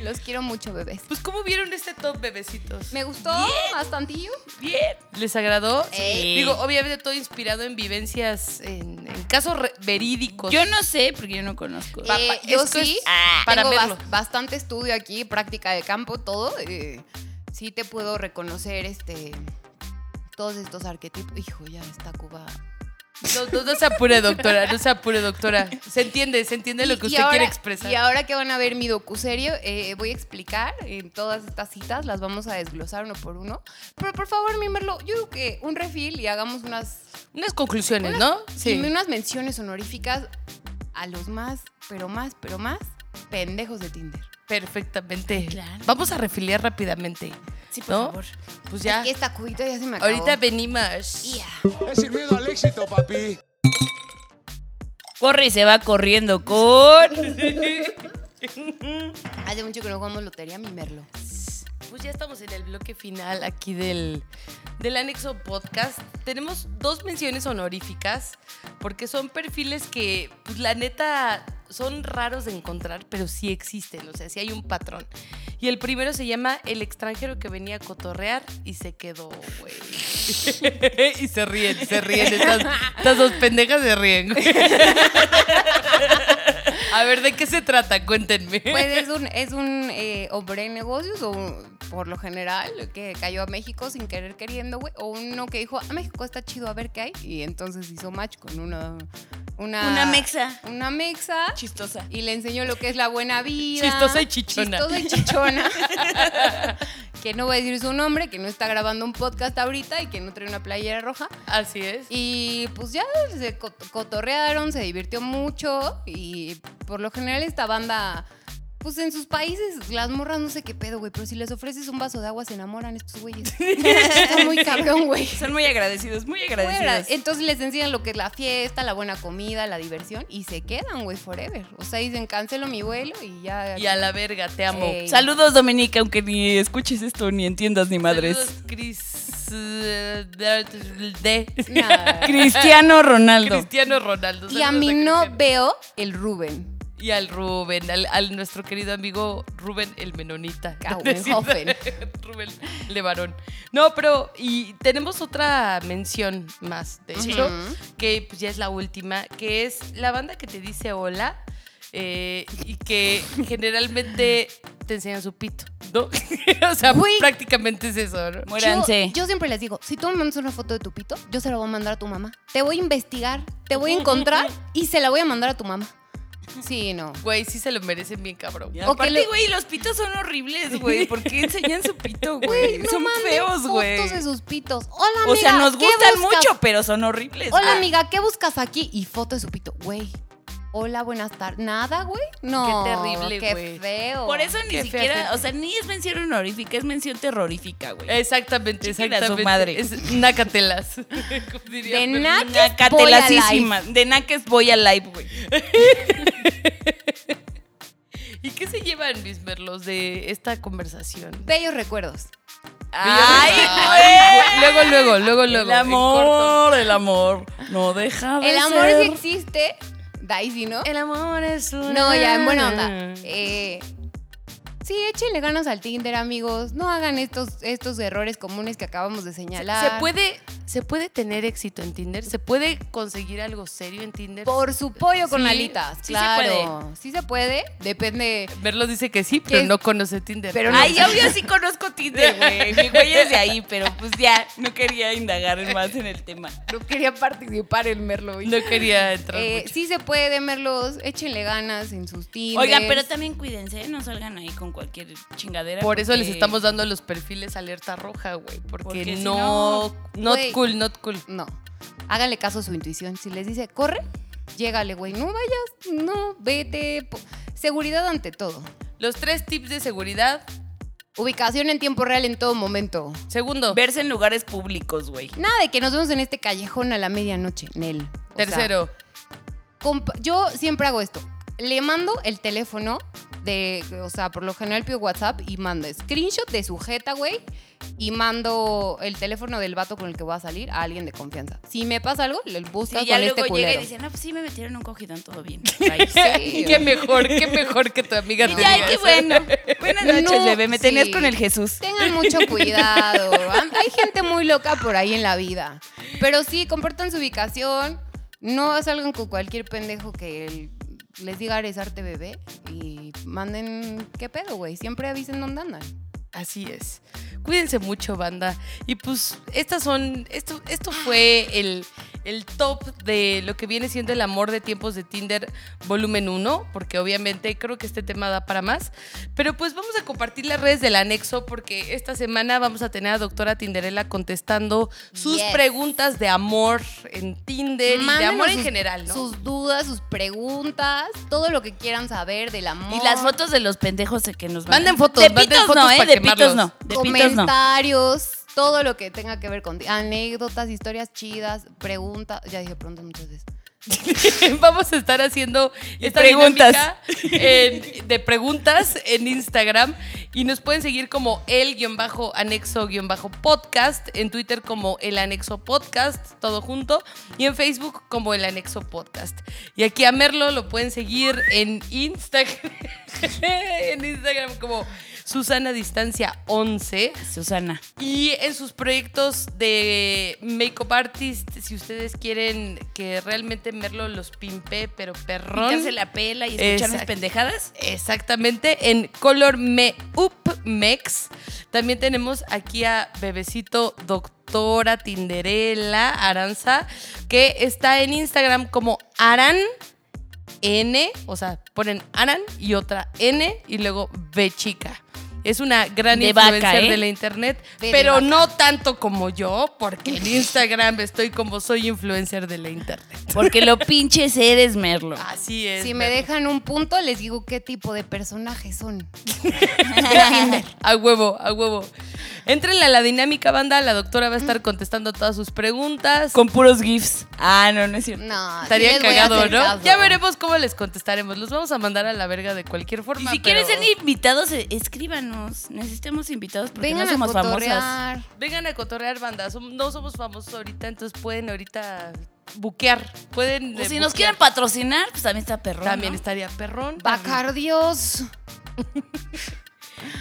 Los quiero mucho, bebés. Pues, ¿cómo vieron este top, bebecitos? Me gustó bastantillo. Bien. ¿Les agradó? Sí. Digo, obviamente todo inspirado en vivencias, en, en casos re- verídicos. Yo no sé porque yo no conozco. Papá, Eh, yo esto es ah, sí. para tengo verlo. bas- bastante estudio aquí, práctica de campo, todo. eh, sí te puedo reconocer este todos estos arquetipos. Hijo, ya está Cuba. No, no, no se apure, doctora, no se apure, doctora. Se entiende, se entiende lo que usted quiere expresar. Y ahora que van a ver mi docuserio, eh, voy a explicar en todas estas citas, las vamos a desglosar uno por uno. Pero por favor, mímelo. Yo digo que un refil y hagamos unas, Unas conclusiones, ¿no? y unas menciones honoríficas a los más, pero más, pero más pendejos de Tinder. Perfectamente. Claro. Vamos a refiliar rápidamente. Sí, por ¿no? favor. Pues ya. Aquí esta cubita ya se me acabó. Ahorita venimos. Ya. Es el miedo al éxito, papi. Corre y se va corriendo con. Hace mucho que no jugamos lotería, mi merlo. Pues ya estamos en el bloque final aquí del, del anexo podcast. Tenemos dos menciones honoríficas porque son perfiles que, pues la neta, son raros de encontrar, pero sí existen, o sea, sí hay un patrón. Y el primero se llama El extranjero que venía a cotorrear y se quedó, güey. y se ríen, se ríen. Estas, estas dos pendejas se ríen, güey. A ver, ¿de qué se trata? Cuéntenme. Pues es un, es un eh, hombre de negocios, o un- por lo general, que cayó a México sin querer queriendo, güey. O uno que dijo, a México está chido, a ver qué hay. Y entonces hizo match con una. Una, Una mexa. Una mexa. Chistosa. Y le enseñó lo que es la buena vida. Chistosa y chichona. Chistosa y chichona. que no voy a decir su nombre, que no está grabando un podcast ahorita y que no trae una playera roja. Así es. Y pues ya se co- cotorrearon, se divirtió mucho y por lo general esta banda, pues en sus países, las morras no sé qué pedo, güey, pero si les ofreces un vaso de agua se enamoran estos güeyes. Está muy cabrón, güey. Son muy agradecidos, muy Fuera. agradecidos. Entonces les enseñan lo que es la fiesta, la buena comida, la diversión y se quedan, güey, forever. O sea, dicen, cancelo mi vuelo y ya... Y a la verga, te amo. Ey. Saludos, Dominica, aunque ni escuches esto ni entiendas ni madres. Saludos, Cris. eh, de- Nada. Cristiano Ronaldo. Cristiano Ronaldo. Y a Saludos mí no Cristiano. veo el Rubén. Y al Rubén, al, al nuestro querido amigo Rubén el Menonita. Ah, Kauenhofen. Rubén Levarón. No, pero y tenemos otra mención más, de hecho, que pues, ya es la última, que es la banda que te dice hola eh, y que generalmente te enseñan su pito, ¿no? o sea, Güey. prácticamente es eso, ¿no? Muéranse. Yo, yo siempre les digo, si tú me mandas una foto de tu pito, yo se la voy a mandar a tu mamá. Te voy a investigar, te voy a encontrar y se la voy a mandar a tu mamá. Sí, no. Güey, sí se lo merecen bien, cabrón. Y O que Aparte, le- güey, los pitos son horribles, güey. ¿Por qué enseñan su pito, güey? Güey, no son manden feos, güey. Fotos de sus pitos. Hola, amiga. O sea, nos ¿qué gustan buscas? mucho, pero son horribles. Hola, Ah, amiga, ¿qué buscas aquí? Y foto de su pito. Güey. Hola, buenas tardes. Nada, güey. No. Qué terrible, güey. Qué feo. Por eso Qué ni fea gente. siquiera, o sea, ni es mención honorífica, es mención terrorífica, güey. Exactamente, Chiquen a su exactamente. madre. Es nácatelas. Como diría De Fermín. nac- Nacatelasísima. De naques voy a live, güey. ¿Y qué se llevan, mis merlos, de esta conversación? Bellos recuerdos. Ay, güey. Luego, luego, luego, luego. El amor, el amor. No deja de El amor ser. sí existe. Daisy, ¿no? El amor es una... No, ya, en buena onda. Eh, sí, échenle ganas al Tinder, amigos. No hagan estos, estos errores comunes que acabamos de señalar. ¿Se puede, ¿Se puede tener éxito en Tinder? ¿Se puede conseguir algo serio en Tinder? Por su pollo con Sí, alitas, sí se claro. Sí se puede. Depende. Merlos dice que sí, pero ¿Qué? no conoce Tinder. Pero no. Ay, obvio sí conozco Tinder, güey. Mi güey es de ahí, pero pues ya no quería indagar más en el tema. No quería participar el Merlo. No quería entrar Eh, mucho. sí se puede, Merlos. Échenle ganas en sus Tinder. Oigan, pero también cuídense, ¿eh? no salgan ahí con cualquier chingadera. Por eso les porque- estamos dando los perfiles alerta roja, güey. Porque, Porque si no... not Güey. cool, not cool. No. Háganle caso a su intuición. Si les dice, corre, llégale, güey. No vayas, no, vete. Po- Seguridad ante todo. Los tres tips de seguridad. Ubicación en tiempo real en todo momento. Segundo, Verse en lugares públicos, güey. Nada de que nos vemos en este callejón a la medianoche, Nel. O sea, tercero, compa- yo siempre hago esto. le mando el teléfono de, o sea, por lo general pido WhatsApp y mando screenshot de sujeta, güey, y mando el teléfono del vato con el que voy a salir a alguien de confianza. Si me pasa algo, le busca Y ya con luego este llega y culero. dice, no, pues sí me metieron un cogidón, todo bien. Sí, qué mejor, qué mejor que tu amiga te Y ya, ay, diga qué eso. bueno. Buenas noches, No, Pues, bebé. Me tenías sí. con el Jesús. Tengan mucho cuidado. Am- Hay gente muy loca por ahí en la vida. Pero sí, compartan su ubicación. No salgan con cualquier pendejo que el- les diga eres arte bebé. Y manden qué pedo, güey. Siempre avisen dónde andan. Así es. Cuídense mucho, banda. Y pues, estas son. Esto, esto fue el, el top de lo que viene siendo el amor de tiempos de Tinder volumen 1, porque obviamente creo que este tema da para más. Pero pues vamos a compartir las redes del anexo, porque esta semana vamos a tener a doctora Tinderella contestando sus Yes. preguntas de amor en Tinder y de Mándenos amor en sus- general, ¿no? Sus dudas, sus preguntas, todo lo que quieran saber del amor. Y las fotos de los pendejos que nos Manden mandan. fotos, de manden pitos fotos no, ¿eh? para De pitos quemarlos. no. De pitos no. comentarios, todo lo que tenga que ver con anécdotas, historias chidas, preguntas. Ya dije pronto muchas veces. Vamos a estar haciendo esta preguntas. dinámica en- de preguntas en Instagram y nos pueden seguir como el-anexo-podcast, en Twitter como el anexo podcast, todo junto, y en Facebook como el anexo podcast. Y aquí a Merlo lo pueden seguir en Instagram, en Instagram como Susana Distancia 11. Susana. Y en sus proyectos de makeup artist, si ustedes quieren que realmente Merlo los pimpe, pero perrón. Quitarse la pela y escuchar mis Exacto. pendejadas. Exactamente, en Color Me Up Mex. También tenemos aquí a Bebecito Doctora Tinderela Aranza, que está en Instagram como Aran N, o sea, ponen Aran y otra N y luego B chica. Es una gran De vaca, influencer ¿eh? de la internet, Ve de pero vaca. no tanto como yo, porque en Instagram estoy como soy influencer de la internet. Porque lo pinches eres, Merlo. Así es. Si me Merlo. dejan un punto, les digo qué tipo de personajes son. A huevo, a huevo. Entren a la dinámica banda, la doctora va a Mm. estar contestando todas sus preguntas. Con puros GIFs. Ah, no, no es cierto. No, sí Estaría les voy a cagado, hacer ¿no? caso. Ya veremos cómo les contestaremos. Los vamos a mandar a la verga de cualquier forma. Y si pero- quieren ser invitados, eh, escríbanos. Necesitamos invitados porque Vengan no somos a famosas. cotorrear. Vengan a cotorrear banda. Som- no somos famosos ahorita, entonces pueden ahorita buquear. Pueden. O eh, si nos buquear. quieren patrocinar, pues también está perrón. También ¿no? estaría perrón. Bacardios.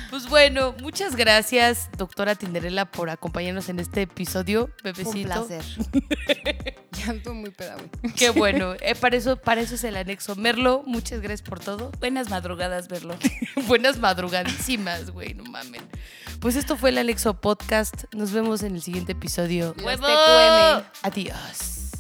Pues bueno, muchas gracias, doctora Tinderela, por acompañarnos en este episodio. Un Bebecito. placer. ya ando muy peda, güey. Qué bueno. Eh, para, eso, para eso es el anexo. Merlo, muchas gracias por todo. Buenas madrugadas, verlo. Buenas madrugadísimas, güey, no mamen. Pues esto fue el Alexo Podcast. Nos vemos en el siguiente episodio. Los ¡Huevo! TQM. Adiós.